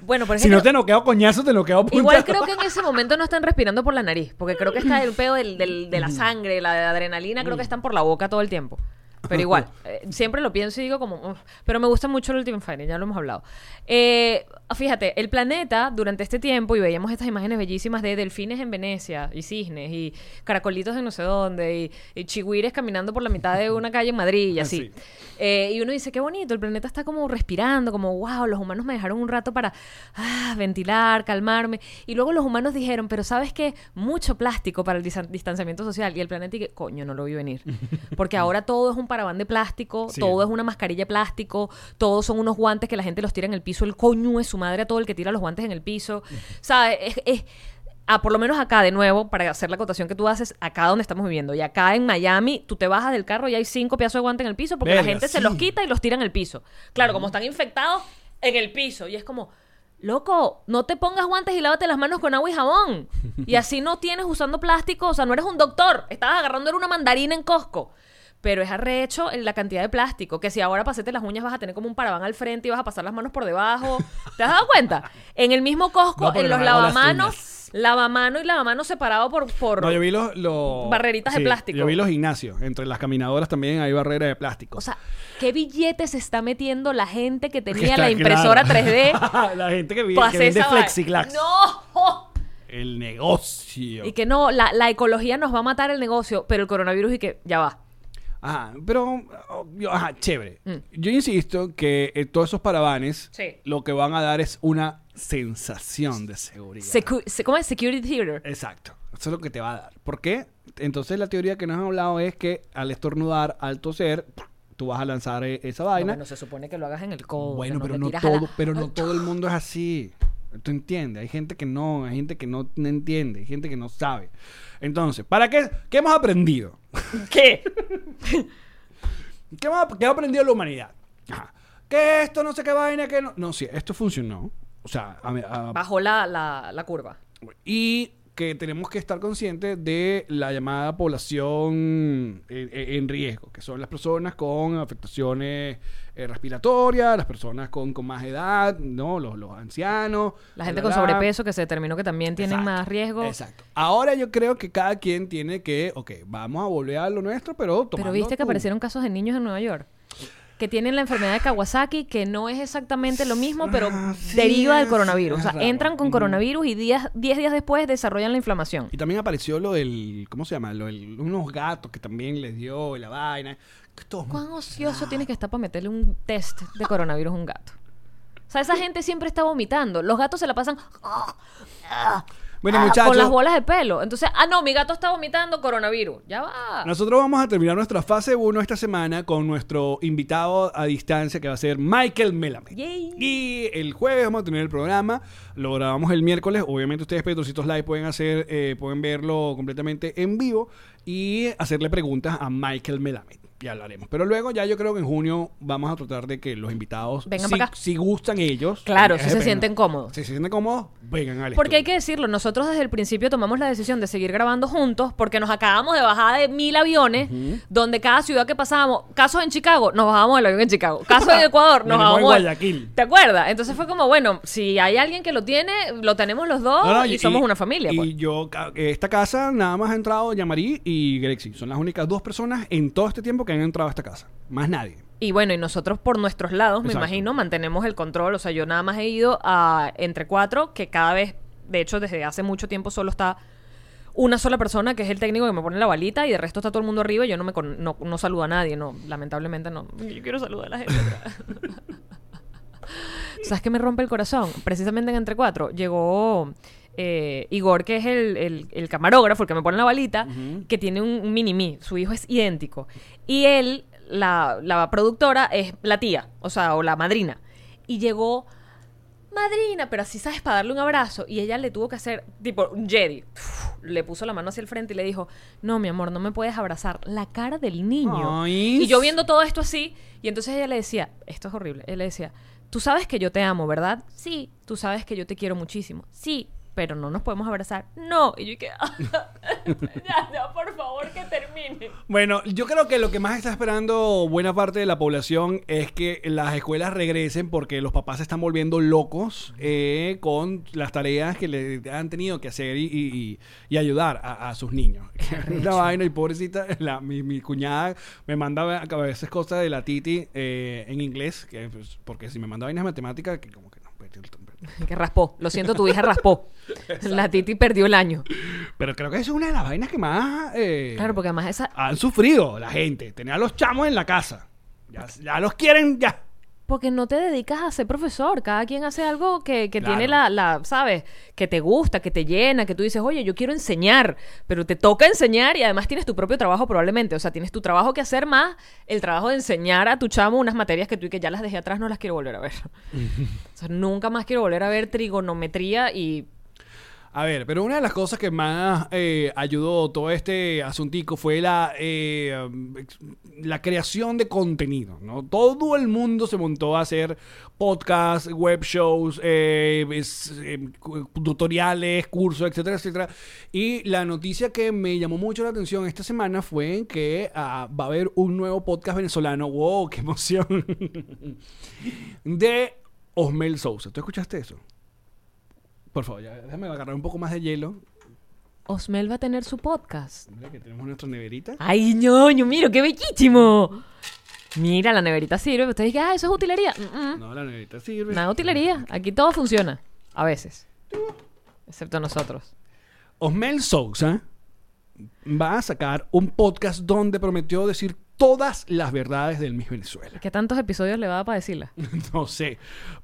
Bueno, por
Si
ejemplo,
no te noqueo coñazo, te noqueo puntazo.
Igual creo que en ese momento no están respirando por la nariz, porque creo que está el pedo del, del- de la sangre, la adrenalina, creo que están por la boca todo el tiempo. Pero igual, eh, siempre lo pienso y digo como, "Uf". pero me gusta mucho el Ultimate Fighting, ya lo hemos hablado. Eh, fíjate, el planeta durante este tiempo, y veíamos estas imágenes bellísimas de delfines en Venecia, y cisnes, y caracolitos en no sé dónde, y, y chigüires caminando por la mitad de una calle en Madrid, y
Sí.
así. Eh, y uno dice, qué bonito, el planeta está como respirando, como, wow, los humanos me dejaron un rato para ah, ventilar, calmarme. Y luego los humanos dijeron, pero ¿sabes qué? Mucho plástico para el disa- distanciamiento social. Y el planeta, y que, coño, no lo vi venir. Porque ahora todo es un parabán de plástico,
Sí.
todo es una mascarilla de plástico, todos son unos guantes que la gente los tira en el piso, el coño es su madre a todo el que tira los guantes en el piso. ¿Sabes? Es... es- Ah, por lo menos acá, de nuevo, para hacer la acotación que tú haces, acá donde estamos viviendo. Y acá en Miami, tú te bajas del carro y hay cinco pedazos de guante en el piso porque la
Verga,
gente se
sí.
los quita y los tira en el piso. Claro, como están infectados, en el piso. Y es como, loco, no te pongas guantes y lávate las manos con agua y jabón. Y así no tienes usando plástico, o sea, no eres un doctor. Estabas agarrando era una mandarina en Costco. Pero es arrecho en la cantidad de plástico. Que si ahora pasete las uñas vas a tener como un parabán al frente y vas a pasar las manos por debajo. ¿Te has dado cuenta? En el mismo Costco,
No, pero
en los
me hago las
lavamanos, lavamano y lavamano separado por, por
No, yo vi los, los-
Barreritas de plástico.
Yo vi los gimnasios. Entre las caminadoras también hay barreras de plástico.
O sea, ¿qué billetes se está metiendo la gente que
Que
tenía
está
la impresora
claro.
3D?
la gente que, vi-
para
que
hacer
vende
esa vaina?
Flexiglass.
¡No!
El negocio.
Y que no, la, la ecología nos va a matar el negocio, pero el coronavirus y que ya va.
Ajá, pero. oh, yo- Ajá, chévere. Yo insisto que eh, todos esos parabanes
Mm. Sí.
lo que van a dar es una sensación de seguridad.
Secu- se- ¿Cómo es? Security Theater.
Exacto. Eso es lo que te va a dar. ¿Por qué? Entonces la teoría que nos han hablado es que al estornudar, al toser, tú vas a lanzar eh, esa vaina.
bueno, se supone que lo hagas en el codo.
Bueno,
que
pero
te
no
tiras a la-
todo, pero no todo el mundo es así. ¿Tú entiendes? Hay gente que no, hay gente que no no entiende, hay gente que no sabe. Entonces, ¿para qué? ¿Qué hemos aprendido?
¿Qué?
¿Qué, hemos- qué ha aprendido la humanidad? Ajá. Que esto no sé qué vaina, que no. No, sí, esto funcionó. O sea, a mí- a-
Bajó la, la, la curva.
y que tenemos que estar conscientes de la llamada población en, en- en riesgo, que son las personas con afectaciones eh, respiratorias, las personas con, con más edad, ¿no? Los, los ancianos.
La gente
bla,
con
bla, bla.
sobrepeso que se determinó que también tienen
Exacto,
más riesgo.
Exacto. Ahora yo creo que cada quien tiene que, ok, vamos a volver a lo nuestro, pero tomando
Pero viste que
tu-
aparecieron casos de niños en Nueva York que tienen la enfermedad de Kawasaki, que no es exactamente lo mismo, pero
Ah, sí,
deriva del
es-
coronavirus. O
es
sea,
raro.
entran con
Ujú.
coronavirus y 10 días, después desarrollan la inflamación.
Y también apareció lo del, ¿cómo se llama? Lo del, unos gatos que también les dio y la vaina. Que todo-
¿Cuán ocioso tienes que estar para meterle un test de coronavirus a un gato? O sea, esa gente siempre está vomitando. Los gatos se la pasan.
Bueno,
Ah,
muchachos.
Con las bolas de pelo. Entonces, ah, no, mi gato está vomitando coronavirus. Ya va.
Nosotros vamos a terminar nuestra fase 1 esta semana con nuestro invitado a distancia que va a ser Michael Melame.
Yay.
Y el jueves vamos a tener el programa, lo grabamos el miércoles, obviamente ustedes Petrocitos Live pueden hacer eh, pueden verlo completamente en vivo y hacerle preguntas a Michael Melame. Ya hablaremos. Pero luego ya yo creo que en junio vamos a tratar de que los invitados
Vengan
si,
para acá.
si gustan ellos.
Claro,
eh,
si se
vengan.
sienten cómodos.
Si se sienten cómodos, vengan al
Porque hay
estudio.
que decirlo, nosotros desde el principio tomamos la decisión de seguir grabando juntos porque nos acabamos de bajar de mil aviones, donde cada ciudad que pasábamos, casos en Chicago, nos bajábamos del avión en Chicago, casos en Ecuador, nos
Venimos en
bajábamos. del-
Guayaquil.
¿Te acuerdas? Entonces fue como, bueno, si hay alguien que lo tiene, lo tenemos los dos
No, no,
Oh, y, somos una familia.
Y
pues.
yo, ca- esta casa, nada más ha entrado Yamari y Grexi. Son las únicas dos personas en todo este tiempo que han entrado a esta casa. Más nadie.
Y bueno, y nosotros por nuestros lados, me
Exacto.
imagino, mantenemos el control. O sea, yo nada más he ido a entre cuatro, que cada vez, de hecho, desde hace mucho tiempo solo está una sola persona, que es el técnico que me pone la balita, y de resto está todo el mundo arriba. Y yo no me con- no, no saludo a nadie, no, lamentablemente no. Yo quiero saludar a la gente. ¿Sabes qué me rompe el corazón? Precisamente en Entre Cuatro llegó eh, Igor, que es el, el- el camarógrafo, el que me pone la balita, que tiene un, un mini-me. Su hijo es idéntico. Y él, la, la productora, es la tía, o sea, o la madrina. Y llegó madrina, pero así sabes, para darle un abrazo. Y ella le tuvo que hacer, tipo, un Jedi. Uf, le puso la mano hacia el frente y le dijo, no, mi amor, no me puedes abrazar. La cara del niño.
Ay.
Y yo viendo todo esto así, y entonces ella le decía, esto es horrible, él le decía, tú sabes que yo te amo, ¿verdad? Sí. Tú sabes que yo te quiero muchísimo. Sí. Pero no nos podemos abrazar. No. Y yo y que... ya, ya, por favor, que termine.
Bueno, yo creo que lo que más está esperando buena parte de la población es que las escuelas regresen porque los papás se están volviendo locos eh, con las tareas que le han tenido que hacer y, y- y- y ayudar a, a sus niños. la vaina y pobrecita, la- mi, mi cuñada me manda a veces cosas de la Titi eh, en inglés, que, pues, porque si me manda vainas de matemática, que como que no.
Que raspó. Lo siento, tu hija raspó. La Titi perdió el año.
Pero creo que eso es una de las vainas que más... eh,
Claro, porque además esa...
han sufrido la gente. Tenía a los chamos en la casa. Ya, ya los quieren, ya.
Porque no te dedicas a ser profesor. Cada quien hace algo que, que
Claro.
tiene la, la, ¿sabes? Que te gusta, que te llena, que tú dices, oye, yo quiero enseñar, pero te toca enseñar y además tienes tu propio trabajo probablemente. O sea, tienes tu trabajo que hacer más el trabajo de enseñar a tu chamo unas materias que tú y que ya las dejé atrás, no las quiero volver a ver. o sea, nunca más quiero volver a ver trigonometría y...
A ver, pero una de las cosas que más eh, ayudó todo este asuntico fue la, eh, ex- la creación de contenido, ¿no? Todo el mundo se montó a hacer podcasts, web shows, eh, es- eh, cu- tutoriales, cursos, etcétera, etcétera. Y la noticia que me llamó mucho la atención esta semana fue que ah, va a haber un nuevo podcast venezolano. ¡Wow! ¡Qué emoción! de Osmel Sousa. ¿Tú escuchaste eso? Por favor, ya, déjame agarrar un poco más de hielo.
Osmel va a tener su podcast.
Mira que tenemos nuestra neverita.
¡Ay, ñoño! ¡Mira, qué bellísimo! Mira, la neverita sirve. Ustedes dicen, ah, eso es utilería. Mm, mm.
No, la neverita sirve.
Nada de utilería. Aquí todo funciona. A veces. Excepto nosotros.
Osmel Sousa va a sacar un podcast donde prometió decir todas las verdades del Miss Venezuela.
¿Qué tantos episodios le va a dar para decirla?
no sé.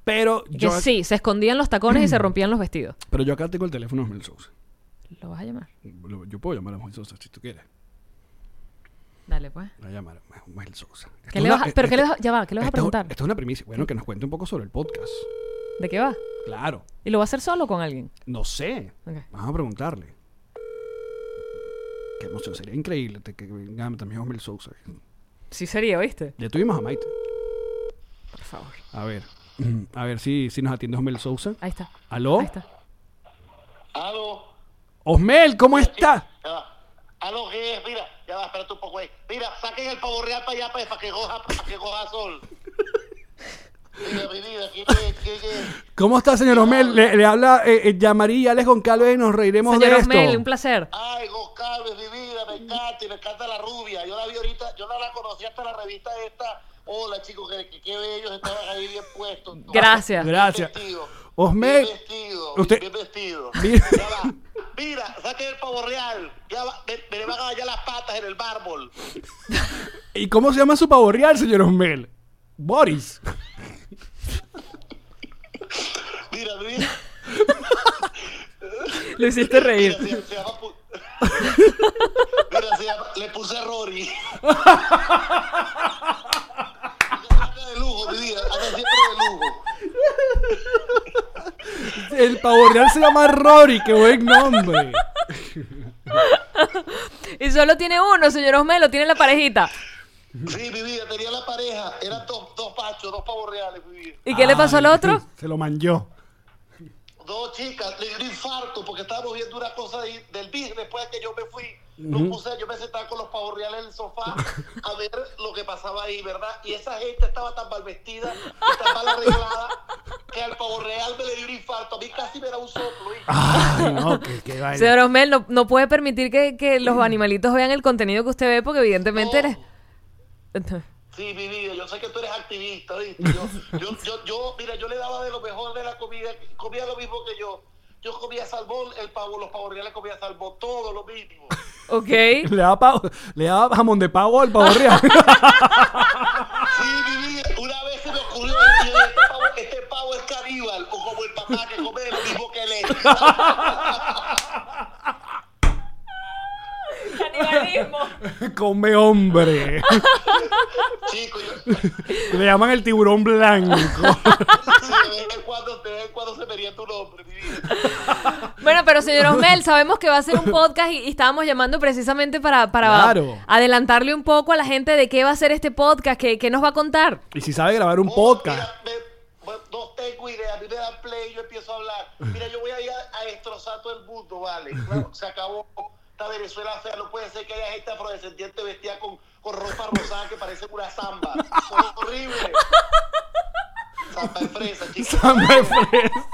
Pero
Que
yo,
sí, se escondían los tacones y se rompían los vestidos.
pero yo acá tengo el teléfono de Osmel Sousa.
¿Lo vas a llamar?
Lo- Yo puedo llamar a Osmel Sousa si tú quieres.
Dale, pues.
Voy a llamar a Osmel Sousa. Esto
¿Qué
es
le
una-
vas a- ¿Pero qué le
esto-
vas a... Ya va, ¿qué le vas a
esto es un-
preguntar?
Esto es una primicia. Bueno, que nos cuente un poco sobre el podcast.
¿De qué va?
Claro.
¿Y lo va a hacer solo o con alguien?
No sé.
Ok.
Vamos a preguntarle. Qué emoción. Sería increíble te- que venga también Osmel Sousa.
Sí sería, ¿oíste?
Ya tuvimos a Maite.
Por favor.
A ver. A ver si, si nos atiende Osmel Sousa.
Ahí está.
¿Aló?
Ahí está.
Aló,
Osmel, ¿cómo estás?
ya va. Aló, ¿qué es? Mira, ya va, espérate un poco, güey. Mira, saquen el pavo real para allá, pues, para que coja, para que coja sol. Mira, mi vida, ¿quién es? ¿Quién es?
¿Cómo está, señor Osmel? Le, le habla eh, eh, Yamari y Alex Goncalves y nos reiremos
Señor
de esto.
Osmel, un placer.
Ay, Goncalves, mi vida, me encanta y me encanta la rubia. Yo la vi ahorita, yo no la conocí hasta la revista esta. Hola, chicos, que, que, qué bellos estaban ahí bien puestos.
Gracias.
Gracias.
Bien vestido.
Osmel.
Bien vestido.
Usted-
Bien vestido.
Mira.
Ya va. Mira, saquen el pavo real. Ya va, me, me le van a dañar las patas en el mármol.
¿Y cómo se llama su pavo real, señor Osmel? Boris.
Mira, mira.
Lo hiciste reír.
Mira, se, se llama... pu- Mira, se llama... Le puse Rory. Anda de lujo, mi vida. Anda siempre de lujo.
El pavo real se llama Rory, qué buen nombre.
Y solo tiene uno, señor Osmelo, tiene la parejita.
Sí, mi vida. Tenía la pareja. Eran dos, dos pachos, dos pavos reales, mi vida.
¿Y qué le pasó al
Ay,
otro?
Se lo manchó.
Dos chicas, le dio un infarto porque estábamos viendo una cosa ahí del business después de que yo me fui. Lo puse, yo me sentaba con los pavos reales en el sofá a ver lo que pasaba ahí, ¿verdad? Y esa gente estaba tan mal vestida, y tan mal arreglada, que al pavo real me le dio un infarto. A mí casi me da un soplo. ¿eh?
Ah. Ay, no, qué, qué vaina.
Señor Osmel, no, no puede permitir que, que los animalitos vean el contenido que usted ve porque evidentemente eres...
Sí, mi vida, yo sé que tú eres activista, ¿viste? Yo, yo, yo, yo, mira, yo le daba de lo mejor de la comida, comía lo mismo que yo. Yo comía salmón, el pavo, los pavos reales comían salmón, todo lo mismo.
Ok.
Le daba, pavo- le daba jamón de pavo al pavo real.
Sí, mi vida, una vez se me ocurrió y yo dije, este pavo, este pavo es caníbal, o como el papá que come lo mismo que él es.
Come hombre.
Chico, yo, sí,
Le llaman el tiburón blanco.
de vez en cuando, de vez en cuando se me ría tu nombre, mi vida.
Bueno, pero señor Osmel, sabemos que va a ser un podcast y, y estábamos llamando precisamente para, para
Claro.
adelantarle un poco a la gente de qué va a ser este podcast, qué, qué nos va a contar.
Y si sabe grabar un
Oh,
podcast.
mira, me- bueno, no tengo idea, a mí me dan play y yo empiezo a hablar. Mira, yo voy a ir a, a destrozar todo el mundo, ¿vale? Claro, se acabó esta Venezuela fea, no puede ser que haya gente afrodescendiente vestida con, con ropa rosada que parece una samba. Son horribles. Samba de fresa, chicos.
Samba de fresa.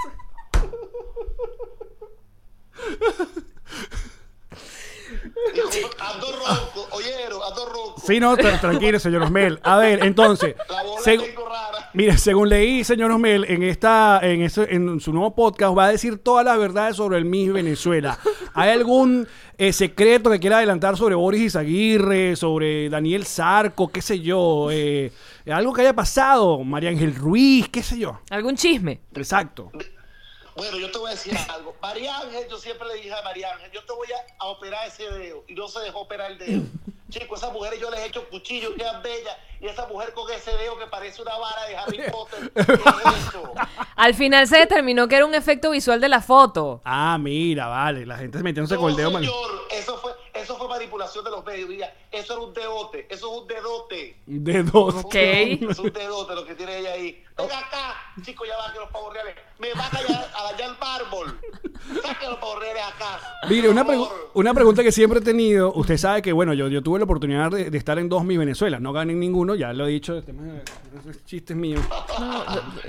Ando ronco, oyeron, ando ronco.
Sí, no, tra- tranquilo, señor Osmel. A ver, entonces.
La bola
seg-
tengo rara.
Mira, según leí, señor Osmel, en esta, en ese- en su nuevo podcast va a decir todas las verdades sobre el Miss Venezuela. ¿Hay algún eh, secreto que quiera adelantar sobre Boris Izaguirre, sobre Daniel Sarco, qué sé yo? eh, algo que haya pasado, María Ángel Ruiz, qué sé yo.
¿Algún chisme?
Exacto.
Bueno, yo te voy a decir algo. María Ángel, yo siempre le dije a María Ángel, yo te voy a, a operar ese dedo. Y no se dejó operar el dedo. Chico, esas mujeres yo les he hecho cuchillos, quedan bellas. Y esa mujer con ese dedo que parece una vara de Harry Potter. ¿qué es eso?
Al final se determinó que era un efecto visual de la foto.
Ah, mira, vale, la gente metiéndose
No,
con el dedo. mal-
señor, eso fue, eso fue manipulación de los medios. Mira, eso era un dedote, eso es un dedote.
De dos.
Un
Ok.
dedote, Es un dedote lo que tiene ella ahí. Venga acá, chico, ya va que los pavos reales. Me van a dañar- a dañar el mármol. Saca los pavos reales acá.
Mire, una,
Por
pregu-
favor.
una pregunta que siempre he tenido. Usted sabe que, bueno, yo, yo tuve la oportunidad de, de estar en dos Miss Venezuela. No gané ninguno, ya lo he dicho. este, man, esos chistes míos.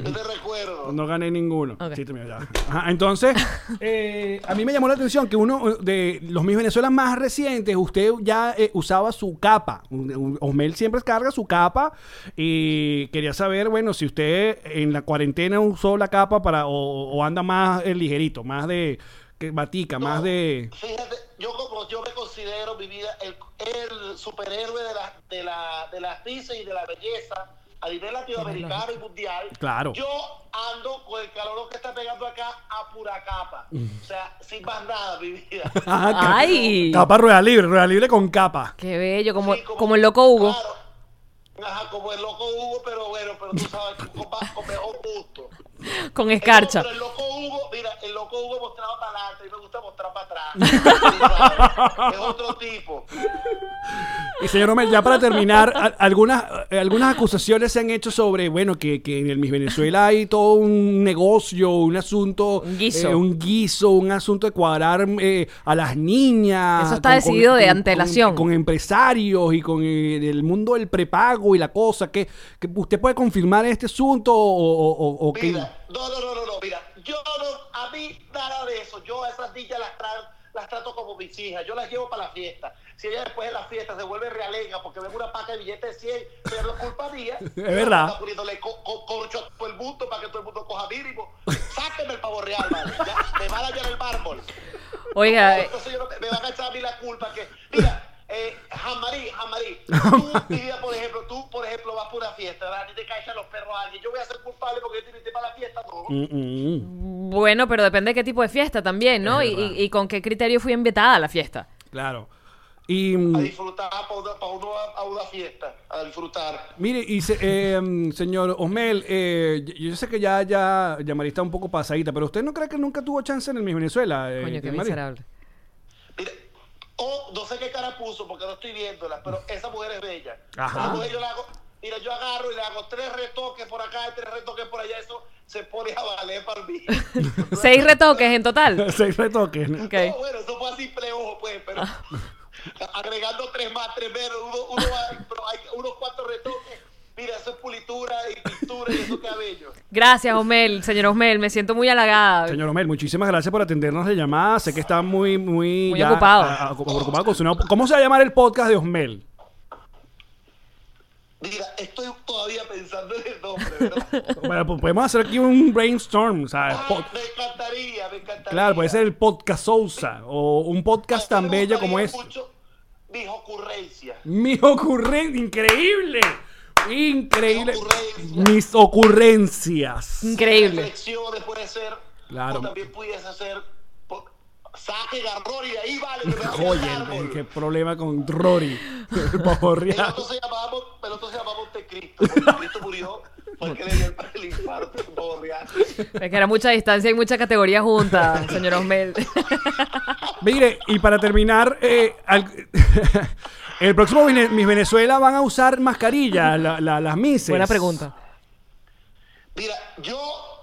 Yo te recuerdo.
No gané ninguno.
Ok.
Chiste mío, ya. Ajá, entonces, eh, a mí me llamó la atención que uno eh, de los Miss Venezuela más recientes, usted ya eh, usaba su capa. Un- un- Osmel siempre carga su capa. Y quería saber, bueno, si usted en la cuarentena usó la capa para o, o anda más eh, ligerito, más de que batica, más de...
Fíjate, yo como yo me considero mi vida el, el superhéroe de la de la de las risas y de la belleza a nivel latinoamericano y mundial.
Claro.
Yo ando con el calor que está pegando acá a pura capa.
Mm.
O sea, sin más nada, mi vida.
Ah, ca-
¡Ay!
Capa rueda libre, rueda libre con capa.
¡Qué bello! Como,
Sí,
como el loco Hugo.
Claro. Ajá, como el loco Hugo, pero bueno, pero tú sabes, con, más- con mejor gusto.
Con escarcha.
Pero el loco Hugo, mira, el loco Hugo mostraba para adelante y me gusta mostrar para atrás. Tú sabes, es otro tipo.
Y señor Omel, ya para terminar, a- algunas, eh, algunas acusaciones se han hecho sobre, bueno, que, que en el Miss Venezuela hay todo un negocio, un asunto,
Un guiso.
eh, un guiso, un asunto de cuadrar eh, a las niñas.
Eso está decidido de antelación.
Con, empresarios y con eh, el mundo del prepago y la cosa. Que, que ¿Usted puede confirmar este asunto o, o- o- o qué?
Mira, no, no, no, no, no, mira, yo no, a mí nada de eso, yo a esas niñas las, tra- las trato como mis hijas, yo las llevo para la fiesta. Si ella después de la fiesta se vuelve realenga porque ven una paca de billetes de 100, pero no es culpa mía. Es
verdad.
Está poniéndole co- co- corcho a todo el mundo para que todo el mundo coja mínimo. Sáquenme el pavo real, vale, ya, me va a dañar el mármol.
Oiga, eh,
Entonces yo no- me van a echar a mí la culpa que, mira, eh, Jamarí, Jamarí, tú, mi vida, por ejemplo, tú, por ejemplo, vas por una fiesta, ¿verdad? Y te cachan los perros a alguien. Yo voy a ser culpable porque yo te invité para la fiesta, no. tampoco.
Mm.
Bueno, pero depende de qué tipo de fiesta también, ¿no?
Es
Y,
verdad.
y- y con qué criterio fui invitada a la fiesta.
Claro. Y
A
mm,
disfrutar, para uno a, a una fiesta, a disfrutar.
mire, y se- eh, mm, señor Osmel, eh, yo- yo sé que ya, ya, ya María está un poco pasadita, pero usted no cree que nunca tuvo chance en el Miss Venezuela. eh,
Coño, qué
María?
miserable.
Mira, o no sé qué cara puso porque no estoy viéndola, pero esa mujer es bella.
Ajá.
Esa mujer yo la hago, mira, yo agarro y le hago tres retoques por acá y tres retoques por allá, eso se pone a valer para mí.
Seis retoques en total.
Seis retoques. ¿no?
Ok.
No, bueno, eso fue así pleojo, pues, pero
Ah.
agregando tres más, tres menos, uno, uno va- pero hay unos cuatro retoques. Mira, eso es pulitura y pintura y eso cabello.
Gracias, Osmel, señor Osmel. Me siento muy halagada.
Señor Omel, muchísimas gracias por atendernos de llamada. Sé que está muy, muy,
Muy ocupado.
a- a- ocupado con su nuevo- ¿Cómo se va a llamar el podcast de Osmel?
Mira, estoy todavía pensando en el nombre, ¿verdad?
Bueno, pues podemos hacer aquí un brainstorm, ¿sabes?
Ay,
Pod-
me encantaría, me
Ah,
encantaría.
pues,
Ah,
claro, puede ser el podcast Sousa o un podcast
A
tan
mí me
bello como este.
gustaría
es.
mucho Mis ocurrencias.
Mis ocurrencias, increíble, increíble.
Mis ocurrencias.
Mis ocurrencias.
Increíble.
Reflexiones puede ser.
Claro.
O también pudiese ser. po- Saque garrón y de ahí vale. que me va a
Oye,
dar árbol.
qué problema con Rory. El pavo
El
real.
otro se llamaba, el otro se llamaba Montecristo. Montecristo murió porque le dio el, el infarto en Borreal.
Es que era mucha distancia y mucha categoría junta, señor Osmel.
Mire, y para terminar, eh, al- el próximo Vene- Miss Venezuela van a usar mascarillas, la- la- las mises.
Buena pregunta.
Mira, yo,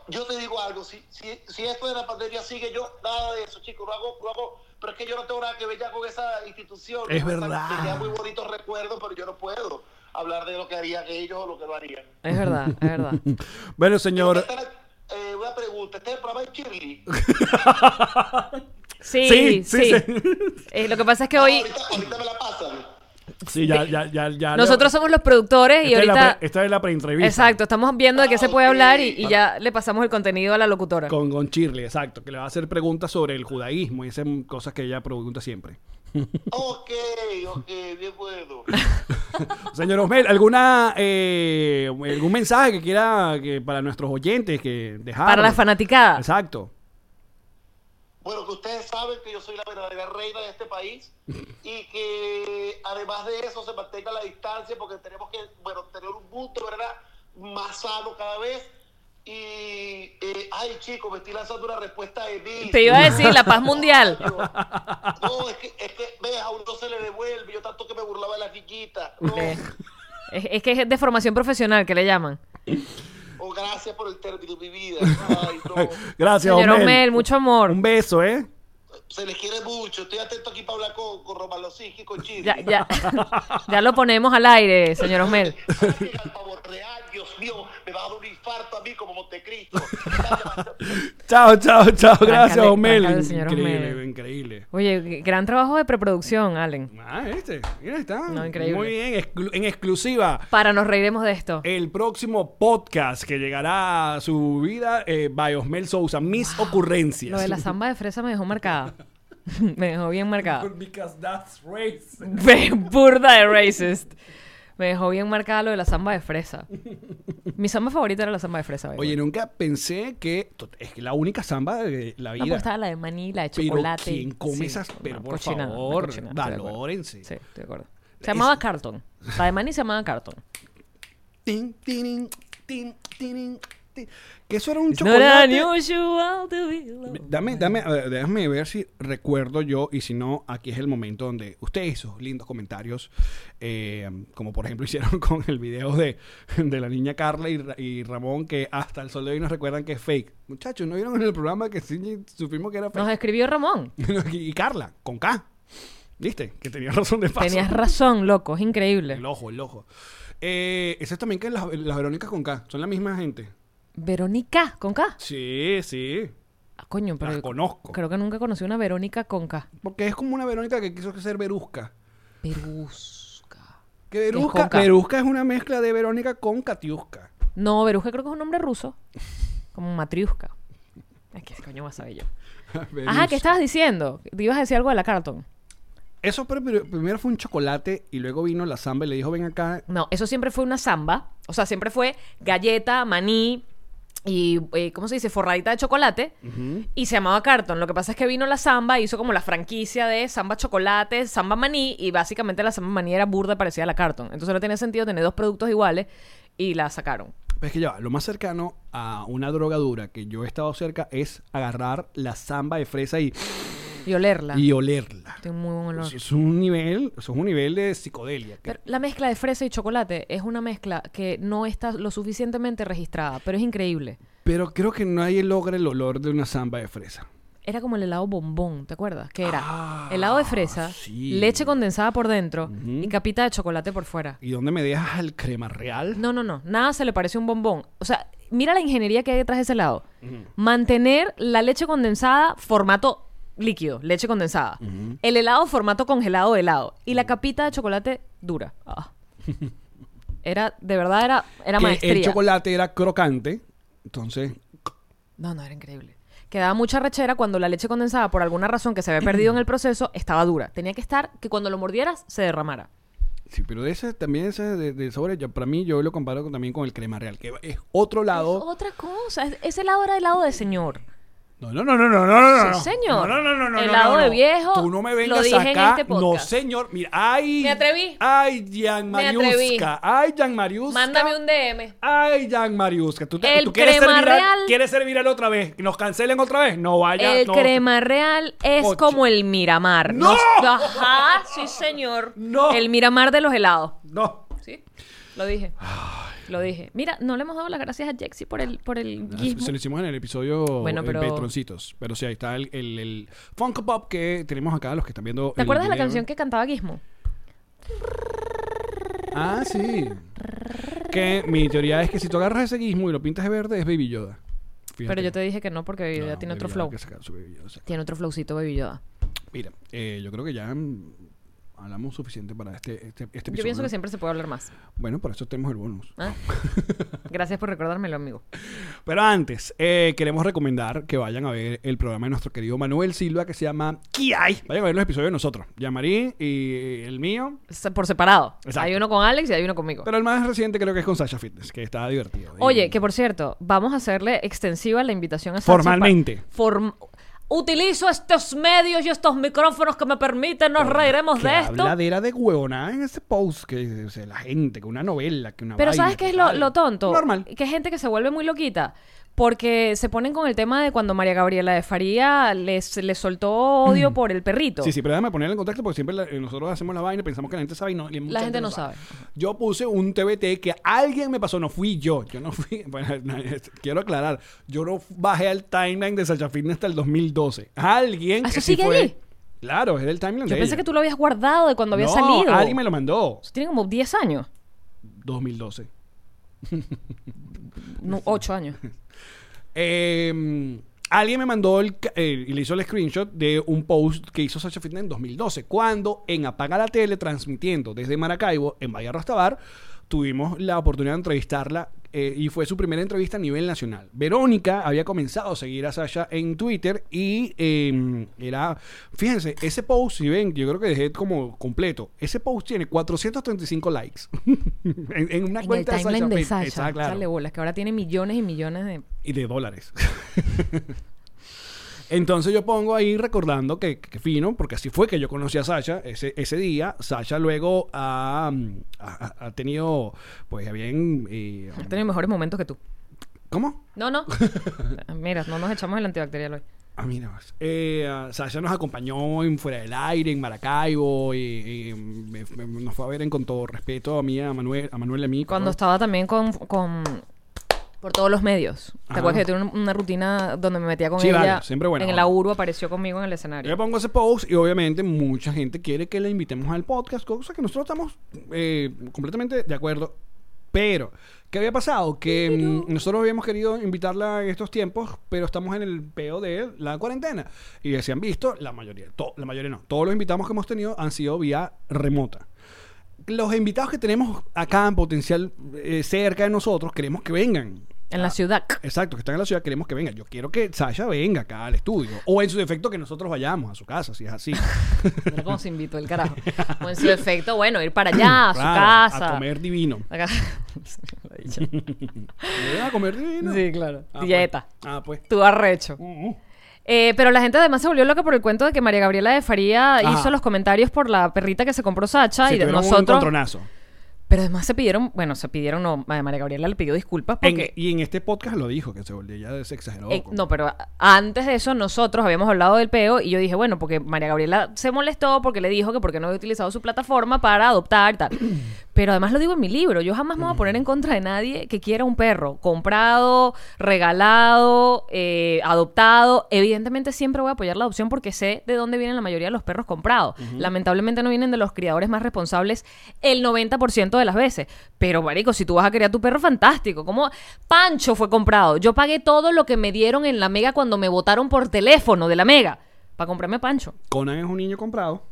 yo te digo algo. Si, si, si esto de la pandemia sigue, yo nada de eso, chicos. Lo hago, lo hago. Pero es que yo no tengo nada que ver ya con esa institución.
Es
Con esa-
verdad.
Me quedan muy bonitos recuerdos, pero yo no puedo hablar de lo que harían ellos o lo que no harían.
Es verdad, es verdad.
Bueno, señor.
Esta era, eh, una pregunta. ¿Este es el programa de Shirley?
Sí,
Sí,
sí.
sí,
Eh, lo que pasa es que hoy
Ahorita, ahorita me la pasan.
Sí, ya, ya, ya, ya-
nosotros somos los productores y
Esta es la
ahorita...
pre- esta es la preentrevista.
Exacto, estamos viendo de qué se puede
Ah, ok.
hablar y, y ya le pasamos el contenido a la locutora.
Con, con Shirley, exacto, que le va a hacer preguntas sobre el judaísmo y esas cosas que ella pregunta siempre.
Ok, ok, bien bueno.
Señor Osmel, ¿alguna, eh, ¿algún mensaje que quiera que para nuestros oyentes que dejar?
Para la fanaticada.
Exacto.
Bueno, que ustedes saben que yo soy la verdadera reina de este país y que además de eso se mantenga la distancia porque tenemos que, bueno, tener un mundo, ¿verdad? Más sano cada vez. Y, eh, ay, chicos, me estoy lanzando una respuesta de mí.
Te iba a decir, la paz mundial.
No, es que, es que, ves, a uno se le devuelve. Yo tanto que me burlaba de la chiquita. No,
Eh, Es, es que es de formación profesional que le llaman.
oh, gracias por el término, mi vida. Ay, no.
Gracias,
Señor
Osmel.
Osmel, mucho amor.
Un beso, ¿eh?
Se les quiere mucho. Estoy atento aquí para hablar con, con Romalosiki y con Chile.
Ya, ya, ya lo ponemos al aire, señor Osmel.
Al favor real, Dios mío, me va a dar un infarto a mí como Montecristo.
Chao, chao, chao. Gracias,
Tráncale,
Osmel.
tráncale, señor
increíble,
Osmel.
increíble.
Oye, gran trabajo de preproducción, Allen.
Ah, este. Mira, está.
No, increíble.
Muy bien, exclu- en exclusiva.
Para nos reiremos de esto.
El próximo podcast que llegará a su vida, eh, by Osmel Sousa, mis ocurrencias.
Lo de la samba de fresa me dejó marcada. me dejó bien marcada.
Because that's race.
Burda de racist. Me dejó bien marcada lo de la samba de fresa. Mi samba favorita era la samba de fresa. by the
Oye,
way.
nunca pensé que to- es que la única samba de la
no, pues
vida.
estaba la de maní, la de
Pero
chocolate.
¿quién come
Sí,
esas?
una
Pero por
cochinada, una
favor,
cochinada, estoy de acuerdo.
valórense.
Sí, estoy de acuerdo. Se llamaba Carton. La de maní se llamaba Carton.
Tin, tinin, tin, tinin, tin. Que eso era un
It's not
chocolate.
unusual to be loved.
Dame, dame, a ver, déjame ver si recuerdo yo y si no, aquí es el momento donde ustedes, sus lindos comentarios, eh, como por ejemplo hicieron con el video de, de la niña Carla y, Ra- y Ramón, que hasta el sol de hoy nos recuerdan que es fake. Muchachos, ¿no vieron en el programa que sí supimos que era fake?
Nos escribió Ramón.
y Carla, con K. ¿Viste? Que tenía razón de paso.
Tenías razón, loco. Es increíble.
El ojo, el ojo. Eh, eso es también que las, las Verónicas con K. Son la misma gente.
Verónica con K.
Sí, sí.
Ah, coño, pero
Las
yo
conozco.
Creo que nunca conocí una Verónica con K.
Porque es como una Verónica que quiso ser Verusca.
Verusca.
Que
es
Verusca
con
es,
K.
Verusca es una mezcla de Verónica con Katiuska.
No, Verusca creo que es un nombre ruso. Como Matriuska. Ay, ¿Qué coño vas a saber yo? Ajá, ¿qué estabas diciendo? Te ibas a decir algo de la Carton.
Eso pr- pr- primero fue un chocolate y luego vino la samba y le dijo, ven acá.
No, eso siempre fue una samba. O sea, siempre fue galleta, maní, y eh, ¿cómo se dice? forradita de chocolate y se llamaba Carton. Lo que pasa es que vino la Samba, hizo como la franquicia de Samba Chocolate, Samba Maní y básicamente la Samba Maní era burda parecida a la Carton. Entonces no tenía sentido tener dos productos iguales y la sacaron.
Pero es Pues que ya, va, lo más cercano a una drogadura que yo he estado cerca es agarrar la samba de fresa y,
Y olerla.
y olerla.
Tiene un muy buen olor.
Eso es un nivel, eso es un nivel de psicodelia. que-
Pero la mezcla de fresa y chocolate es una mezcla que no está lo suficientemente registrada, pero es increíble.
pero creo que nadie logra el olor de una samba de fresa.
Era como el helado bombón, ¿te acuerdas? Que era
Ah,
helado de fresa,
sí.
leche condensada por dentro y capita de chocolate por fuera.
¿Y dónde me dejas al crema real?
No, no, no. Nada se le parece un bombón. O sea, mira la ingeniería que hay detrás de ese helado. Mantener la leche condensada formato líquido, leche condensada. El helado formato congelado de helado. Y la capita de chocolate dura. Ah. Era, de verdad, era, era
Que
maestría.
el chocolate era crocante, entonces
No, no, era increíble. Quedaba mucha rechera cuando la leche condensada, por alguna razón que se había perdido en el proceso, estaba dura. Tenía que estar que cuando lo mordieras se derramara.
Sí, pero de ese también ese de, de sobre, yo, para mí yo lo comparo con- también con el crema real, que es otro lado.
Es otra cosa. Es- ese helado era helado de señor.
No, no, no, no, no, no, no, no.
Sí, señor.
No, no, no, no, no.
Helado
no, no.
de viejo,
Tú no me
lo
vengas
dije en
acá.
este
no,
podcast.
señor. Mira, ay.
Me atreví.
Ay, Jan
Me atreví.
Mariuska. Ay, Jan Mariuska.
Mándame un DM.
Ay, Jan Mariuska. ¿Tú, te-
El
tú quieres
crema
ser viral?
real.
¿Quieres ser viral otra vez? ¿Que ¿Nos cancelen otra vez? No vaya.
el
no.
crema real es
Ocho.
como el Miramar.
¡No!
ajá, sí, señor.
No.
El Miramar de los helados.
No.
Sí, lo dije. Lo dije. Mira, no le hemos dado las gracias a Jexy por el, por el
Se,
guismo.
se lo hicimos en el episodio
Bueno,
en
pero-
Patroncitos. Pero sí, ahí está el, el, el Funko Pop que tenemos acá, los que están viendo.
¿Te acuerdas de la canción que cantaba Gizmo?
Ah, sí. Que mi teoría es que si tú agarras ese guismo y lo pintas de verde, es Baby Yoda. Fíjate.
Pero yo te dije que no, porque Baby
No,
Yoda
no,
tiene
Baby
otro
Yoda,
flow.
hay que sacar su Baby Yoda, o sea.
Tiene otro flowcito Baby Yoda.
Mira, eh, yo creo que ya mm, hablamos suficiente para este, este, este episodio.
Yo pienso
¿no?
que siempre se puede hablar más.
Bueno, por eso tenemos el bonus.
¿Ah? Gracias por recordármelo, amigo.
Pero antes, eh, queremos recomendar que vayan a ver el programa de nuestro querido Manuel Silva que se llama ¿Qué hay? Vayan a ver los episodios de nosotros. Yamarí y el mío.
Se- Por separado.
Exacto.
Hay uno con Alex y hay uno conmigo.
Pero el más reciente creo que es con Sasha Fitness, que está divertido.
Oye,
Y-
que por cierto, vamos a hacerle extensiva la invitación a Sancho
Formalmente.
pa- form- Utilizo estos medios y estos micrófonos que me permiten, nos reiremos
que
de esto.
habladera de huevonada en ese post que o sea, la gente, que una novela, que una
Pero
vaina,
¿sabes qué
que
es lo,
tal.
lo tonto?
Normal.
Que hay gente que se vuelve muy loquita. Porque se ponen con el tema de cuando María Gabriela de Faría les, les soltó odio por el perrito.
Mm. Sí, sí, pero déjame ponerla en contacto porque siempre la- eh, nosotros hacemos la vaina, pensamos que la gente sabe y no. y mucha
gente no sabe.
Yo puse un TBT que alguien me pasó, no fui yo. Yo no fui. Bueno, no, es- quiero aclarar. Yo no f- bajé al timeline de Sacha Fitness hasta el 2012. Alguien.
¿Ah,
que
eso
sí
sigue
fue-
allí?
Claro, es del timeline
Yo
de
pensé
ella.
que tú lo habías guardado de cuando había
No,
salido.
Alguien me lo mandó.
Eso tiene como 10 años.
2012.
No, 8 años.
Eh, alguien me mandó el, ca- eh, y le hizo el screenshot de un post que hizo Sacha Fitness en 2012, cuando en Apaga la Tele, transmitiendo desde Maracaibo, en Bahía Rastabar, tuvimos la oportunidad de entrevistarla eh, y fue su primera entrevista a nivel nacional. Verónica había comenzado a seguir a Sasha en Twitter y eh, era, fíjense, ese post, si ven, yo creo que dejé como completo, ese post tiene 435 likes en, en una
En el
cuenta
timeline de
Fitness.
Sasha.
Exacto, claro
Dale bolas, que ahora tiene millones y millones de...
y de dólares. Entonces yo pongo ahí recordando que, que fino, porque así fue que yo conocí a Sasha ese, ese día. Sasha luego ha, mm, ha- ha- ha tenido, pues, bien... eh,
Ha tenido mejores momentos que tú.
¿Cómo?
No, no. Mira, no nos echamos el antibacterial hoy.
Ah, mira. más. Eh, ah, Sasha nos acompañó en Fuera del Aire, en Maracaibo, y, y, mm, me- me- nos fue a ver en, con todo respeto a mí, a Manuel, a Manuel y a mí.
Cuando
¿no?
estaba también con... con- por todos los medios.
Ajá.
¿Te acuerdas que yo tuve un- una rutina donde me metía con
Sí,
ella?
vale, siempre buena
En
onda.
la URU apareció conmigo en el escenario.
Yo le pongo ese post y obviamente mucha gente quiere que la invitemos al podcast, cosa que nosotros estamos eh, completamente de acuerdo. Pero, ¿qué había pasado? Que mm, nosotros habíamos querido invitarla en estos tiempos, pero estamos en el peo de la cuarentena. Y se han visto, la mayoría, to- la mayoría no, todos los invitados que hemos tenido han sido vía remota los invitados que tenemos acá en potencial eh, cerca de nosotros queremos que vengan.
En la ciudad.
Exacto, que están en la ciudad, queremos que vengan. Yo quiero que Sasha venga acá al estudio. O en su defecto que nosotros vayamos a su casa, si es así.
Mira cómo se invitó el carajo. O en su efecto, bueno, ir para allá, Ah, a su
Claro,
casa.
A comer divino.
Acá. bicho.
¿Me vas Eh, a comer divino?
Sí, claro.
Ah, pues.
Dieta.
Ah, pues.
Tú arrecho. Eh, pero la gente además se volvió loca por el cuento de que María Gabriela de Faría
Ajá.
hizo los comentarios por la perrita que se compró Sacha
Se
y de
tuvieron un
nosotros.
encontronazo.
Pero además se pidieron, bueno, se pidieron, no, eh, María Gabriela le pidió disculpas
En-
porque...
y en este podcast lo dijo, que se volvió ya se exageró.
eh,
con-
no, pero a- antes de eso nosotros habíamos hablado del peo y yo dije, bueno, porque María Gabriela se molestó porque le dijo que porque no había utilizado su plataforma para adoptar y tal. Pero además lo digo en mi libro, yo jamás me voy a poner en contra de nadie que quiera un perro, comprado, regalado, eh, adoptado. Evidentemente siempre voy a apoyar la adopción porque sé de dónde vienen la mayoría de los perros comprados. Lamentablemente no vienen de los criadores más responsables el 90% de las veces. Pero, marico, si tú vas a criar tu perro, fantástico. Como Pancho fue comprado. Yo pagué todo lo que me dieron en la mega cuando me votaron por teléfono de la mega para comprarme a Pancho.
Conan es un niño comprado.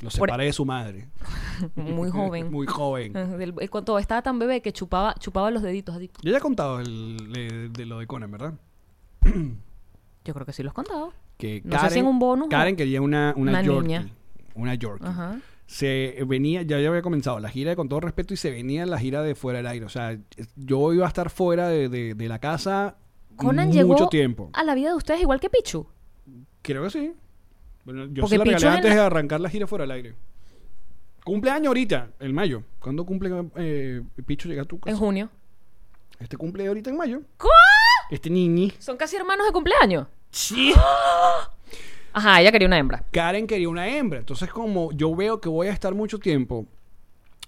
Lo
Por-
separé de su madre.
Muy joven.
Muy joven.
Del- eh, Cuando estaba tan bebé que chupaba, chupaba los deditos así.
Yo ya he contado el- de- de lo de Conan, ¿verdad?
Yo creo que sí lo has contado.
que
No sé si
Karen,
en un bonus
Karen quería una, una,
Una
Yorkie,
niña.
Una Yorkie.
Ajá.
Se venía, ya, ya había comenzado la gira de con todo respeto y se venía la gira de fuera del aire. O sea, yo iba a estar fuera de, de- de la casa
Conan
mucho
llegó
tiempo.
a la vida de ustedes igual que Pichu.
Creo que sí. Bueno, yo
Porque
se la regalé
Pichu es en
antes
la-
de arrancar la gira fuera del aire. Cumpleaños ahorita, el mayo. ¿Cuándo cumple eh, Picho llega a tu casa?
En junio.
Este cumple ahorita en mayo.
¿Cómo?
Este niñi.
Son casi hermanos de cumpleaños. Ajá, ella quería una hembra.
Karen quería una hembra. Entonces, como yo veo que voy a estar mucho tiempo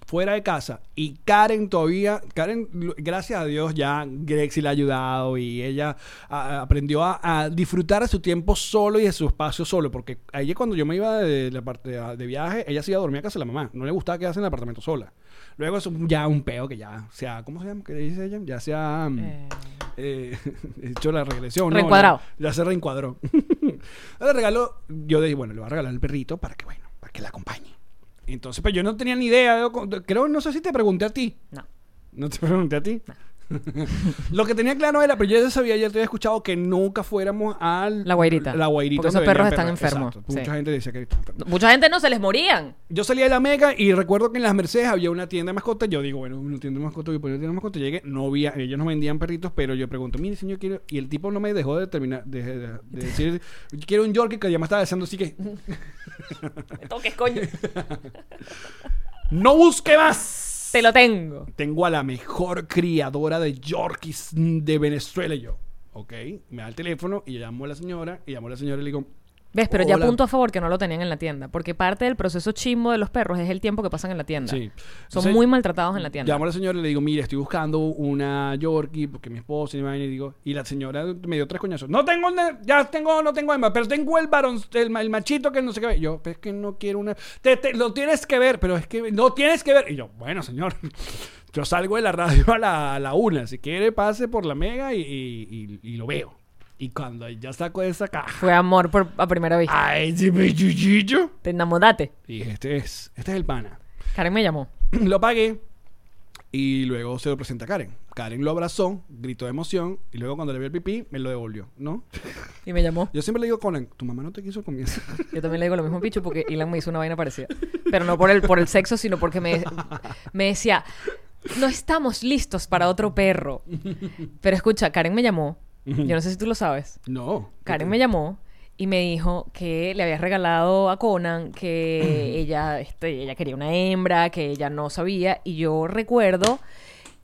fuera de casa y Karen todavía, Karen, lo- gracias a Dios ya Greg sí la ha ayudado y ella a- a- aprendió a, a disfrutar de su tiempo solo y de su espacio solo, porque a ella cuando yo me iba de la parte de, de viaje, ella se iba a dormir a casa de la mamá, no le gustaba quedarse en el apartamento sola. Luego es un- ya un peo que ya sea, ¿cómo se llama? ¿Qué le dice ella? Ya sea... mm, eh, hecho la regresión. ¿no?
Reencuadrado.
Ya, ya se reencuadró. le regaló, yo dije, bueno, le voy a regalar el perrito para que, bueno, para que la acompañe. Entonces, pues yo no tenía ni idea. yo con- creo, no sé si te pregunté a ti.
No.
No te pregunté a ti. Lo que tenía claro era, pero yo ya sabía, ya te había escuchado que nunca fuéramos al.
La Guairita.
La guairita.
Porque esos
donde
perros
venían
están enfermos,
Exacto.
sí.
Mucha gente decía que están enfermos.
Mucha gente no se les morían.
Yo salía de la Mega y recuerdo que en las Mercedes había una tienda de mascotas. Yo digo, bueno, una tienda de mascotas, voy a poner una tienda de mascotas. Llegué, no había, ellos no vendían perritos, pero yo pregunto, mire, señor, quiero. Y el tipo no me dejó de terminar, de, de- de decir, quiero un Yorkie que ya me estaba deseando, así que.
Me toques, coño.
¡No busque más!
Te lo tengo.
Tengo a la mejor criadora de Yorkies de Venezuela. Y yo, ok, me da el teléfono y llamo a la señora. Y llamo a la señora y le digo,
¿Ves? Pero ya
Hola.
punto a favor que no lo tenían en la tienda. Porque parte del proceso chimbo de los perros es el tiempo que pasan en la tienda.
Sí.
Son
Entonces,
muy maltratados en la tienda.
Llamo a la señora y le digo, mira, estoy buscando una Yorkie porque mi esposa y vaina", y digo, y la señora me dio tres coñazos. No tengo, ne- ya tengo, no tengo hembra, pero tengo el varón, el, ma- el machito que no sé qué. Yo, "Pero es que no quiero una. Te, te- lo tienes que ver, pero es que no tienes que ver. Y yo, bueno, señor, yo salgo de la radio a la, a la una. Si quiere, pase por la mega y, y- y- y lo veo. Y cuando ya saco esa caja,
Fue amor por, a primera vista.
a ese pechuchillo,
Te enamoraste.
y dije, este es, este es el pana.
Karen me llamó.
lo pagué y luego se lo presenta a Karen. Karen lo abrazó, gritó de emoción y luego cuando le vio el pipí me lo devolvió, ¿no?
Y me llamó.
Yo siempre le digo, Conan, tu mamá no te quiso comienzo.
Yo también le digo lo mismo a Pichu porque Ilan me hizo una vaina parecida. Pero no por el, por el sexo, sino porque me, me decía, no estamos listos para otro perro. Pero escucha, Karen me llamó. Yo no sé si tú lo sabes.
no.
Karen me llamó y me dijo que le había regalado a Conan que ella, este, ella quería una hembra, que ella no sabía. Y yo recuerdo,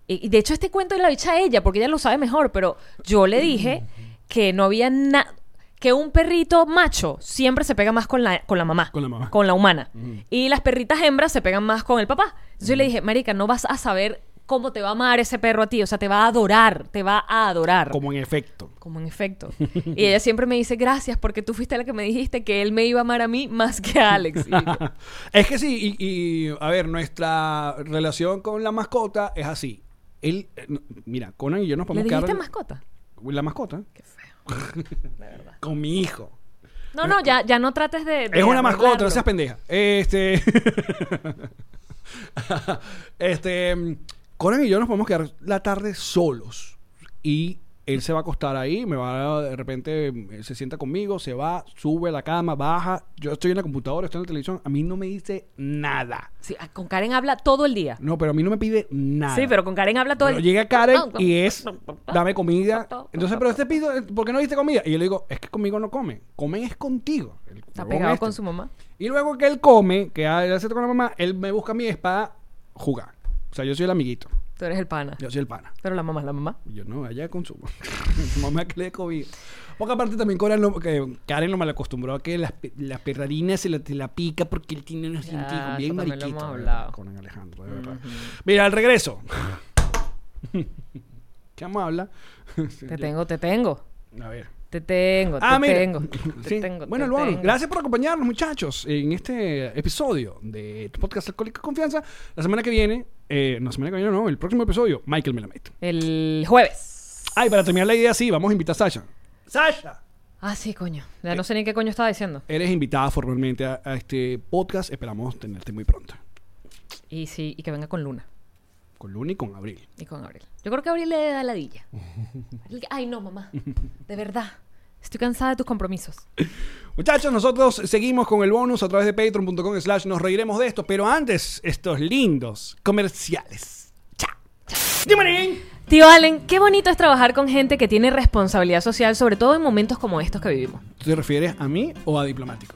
y y de hecho este cuento la dicha a ella, porque ella lo sabe mejor, pero yo le dije que no había nada. Que un perrito macho siempre se pega más con la, con la mamá.
Con la mamá.
Con la humana. Y las perritas hembras se pegan más con el papá. Entonces yo le dije, Marica, no vas a saber cómo te va a amar ese perro a ti. O sea, te va a adorar. Te va a adorar
Como en efecto.
como en efecto. Y ella siempre me dice, gracias porque tú fuiste la que me dijiste que él me iba a amar a mí más que a Alex. Y yo,
es que sí, y, y, a ver, nuestra relación con la mascota es así. Él, eh, no, mira, Conan y yo nos
¿Le
podemos
dijiste
quedar-
mascota?
La mascota.
Qué feo.
Con mi hijo.
No, no, ya, ya no trates de... de
Es una mascota,
arreglarlo.
no seas pendeja. Este. este. Conan y yo nos podemos quedar la tarde solos. Y él se va a acostar ahí, me va a- de repente él se sienta conmigo, se va, sube a la cama, baja. Yo estoy en la computadora, estoy en la televisión, a mí no me dice nada.
Sí, ah, con Karen habla todo el día.
No, pero a mí no me pide nada.
Sí, pero con Karen habla todo
Pero
el día.
llega Karen y es, dame comida. Entonces, pero este pido, ¿por qué no diste comida? Y yo le digo, es que conmigo no comen. Comen es contigo. El
Está
huevón
pegado
este.
con su mamá.
Y luego que él come, que él hace con la mamá, él me busca a mí es para jugar. O sea, yo soy el amiguito.
Tú eres el pana.
Yo soy el pana.
Pero la mamá es la mamá.
Y yo no, allá con su, su mamá que le dé COVID. Porque aparte también Karen lo, que Karen lo malacostumbró a que la, la perrarina se la, te la pica porque él tiene unos
Ya,
dientitos
Ah, eso
bien
también lo
mariquitos.
hemos
¿verdad?
hablado.
Con Alejandro, de verdad. Mira, al regreso. ¿Qué vamos a hablar?
Te tengo, te tengo.
A ver.
Te tengo, te
Ah, mira.
tengo.
Sí.
Te tengo.
bueno,
te
Luan,
tengo.
gracias por acompañarnos, muchachos, en este episodio de tu podcast Alcohólica Confianza. La semana que viene, eh, no, la semana que viene no, el próximo episodio, Michael Melamed.
El jueves.
Ay, para terminar la idea, sí, vamos a invitar a Sasha. ¡Sasha!
Ah, sí, coño.
Eh.
Ya no sé ni qué coño estaba diciendo.
Eres invitada formalmente a, a este podcast. Esperamos tenerte muy pronto.
Y sí, y que venga con Luna
Con Luna y con Abril.
y con Abril. Yo creo que Abril le da ladilla. Abril que- Ay, no, mamá. De verdad. Estoy cansada de tus compromisos.
Muchachos, nosotros seguimos con el bonus a través de patreon.com slash nos reiremos de esto, pero antes, estos lindos comerciales. ¡Cha! ¡Dimarín!
Tío Allen, qué bonito es trabajar con gente que tiene responsabilidad social, sobre todo en momentos como estos que vivimos.
¿Tú te refieres a mí o a diplomático?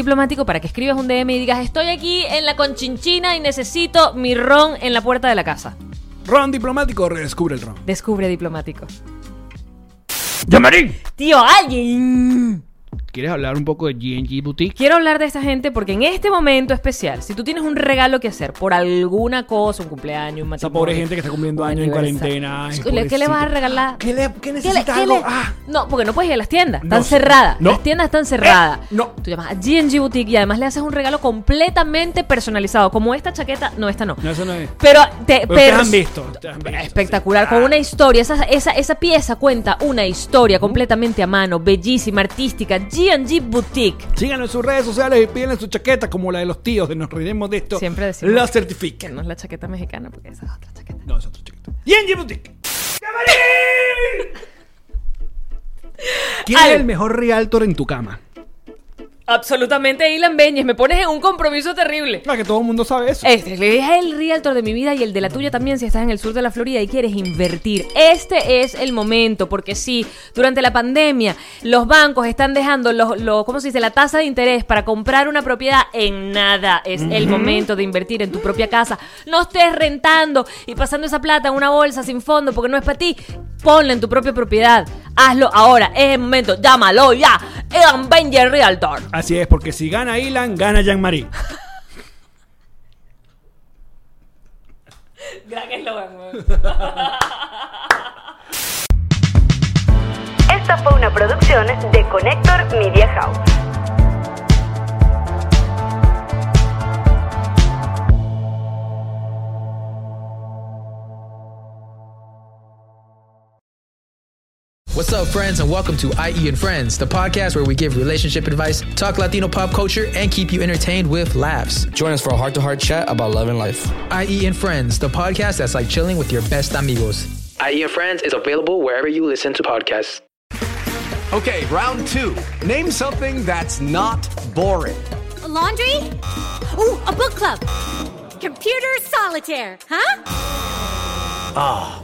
diplomático, para que escribas un DM y digas, estoy aquí en la conchinchina y necesito mi ron en la puerta de la casa.
Ron Diplomático, redescubre el ron.
Descubre diplomático.
¡Yamarín!
Tío, alguien.
¿Quieres hablar un poco de G&G Boutique?
Quiero hablar de esta gente porque en este momento especial, si tú tienes un regalo que hacer por alguna cosa, un cumpleaños, un
Esa
matrimonio,
pobre gente que está cumpliendo
un
años en
aniversario.
cuarentena. ay,
¿Qué le- ¿Qué le vas a
pobrecito.
regalar?
¿Qué, le, qué
¿Qué le-
necesita
qué
algo?
le-
Ah,
No, porque no puedes ir a las tiendas.
No,
Están
sí.
cerradas.
No.
Las tiendas están cerradas.
Eh, no.
Tú llamas a GNG Boutique y además le haces un regalo completamente personalizado. Como esta chaqueta. No, esta no.
no, eso no es...
Pero
Pero
te
ustedes
pers-
han visto, ustedes han visto,
Espectacular,
sí.
con
Ah.
una historia. Esa, esa, esa pieza cuenta una historia completamente a mano, bellísima, artística. GNG Boutique.
Síganlo en sus redes sociales y pídenle su chaqueta como la de los tíos de Nos Reiremos de Esto.
Siempre decimos
La
Que
certifiquen.
no es la chaqueta mexicana, porque esa es otra chaqueta.
No, es otro chiquito. ¡G&G Boutique! ¡Llamarín! ¿Quién
Ale.
es el mejor realtor en tu cama?
Absolutamente, Ilan Beñez, me pones en un compromiso terrible.
Ah, que todo el mundo sabe eso.
Este es el realtor de mi vida y el de la tuya también si estás en el sur de la Florida y quieres invertir. Este es el momento, porque sí, durante la pandemia los bancos están dejando los, los- ¿cómo se dice? la tasa de interés para comprar una propiedad en nada. Es el momento de invertir en tu propia casa. No estés rentando y pasando esa plata en una bolsa sin fondo porque no es para ti. Ponla en tu propia propiedad. Hazlo ahora, es el momento. Llámalo ya. Ilan Beñez Realtor.
Así es, porque si gana Ilan, gana Jean-Marie.
Gran eslogan, weón.
Esta fue una producción de Connector Media House.
What's up, friends, and welcome to IE and Friends, the podcast where we give relationship advice, talk Latino pop culture, and keep you entertained with laughs.
Join us for a heart to heart chat about love and life.
IE and Friends, the podcast that's like chilling with your best amigos. IE E and Friends is available wherever you listen to podcasts.
Okay, round two. Name something that's not boring.
laundry? Ooh, a book club. Computer solitaire, ¿ah? huh?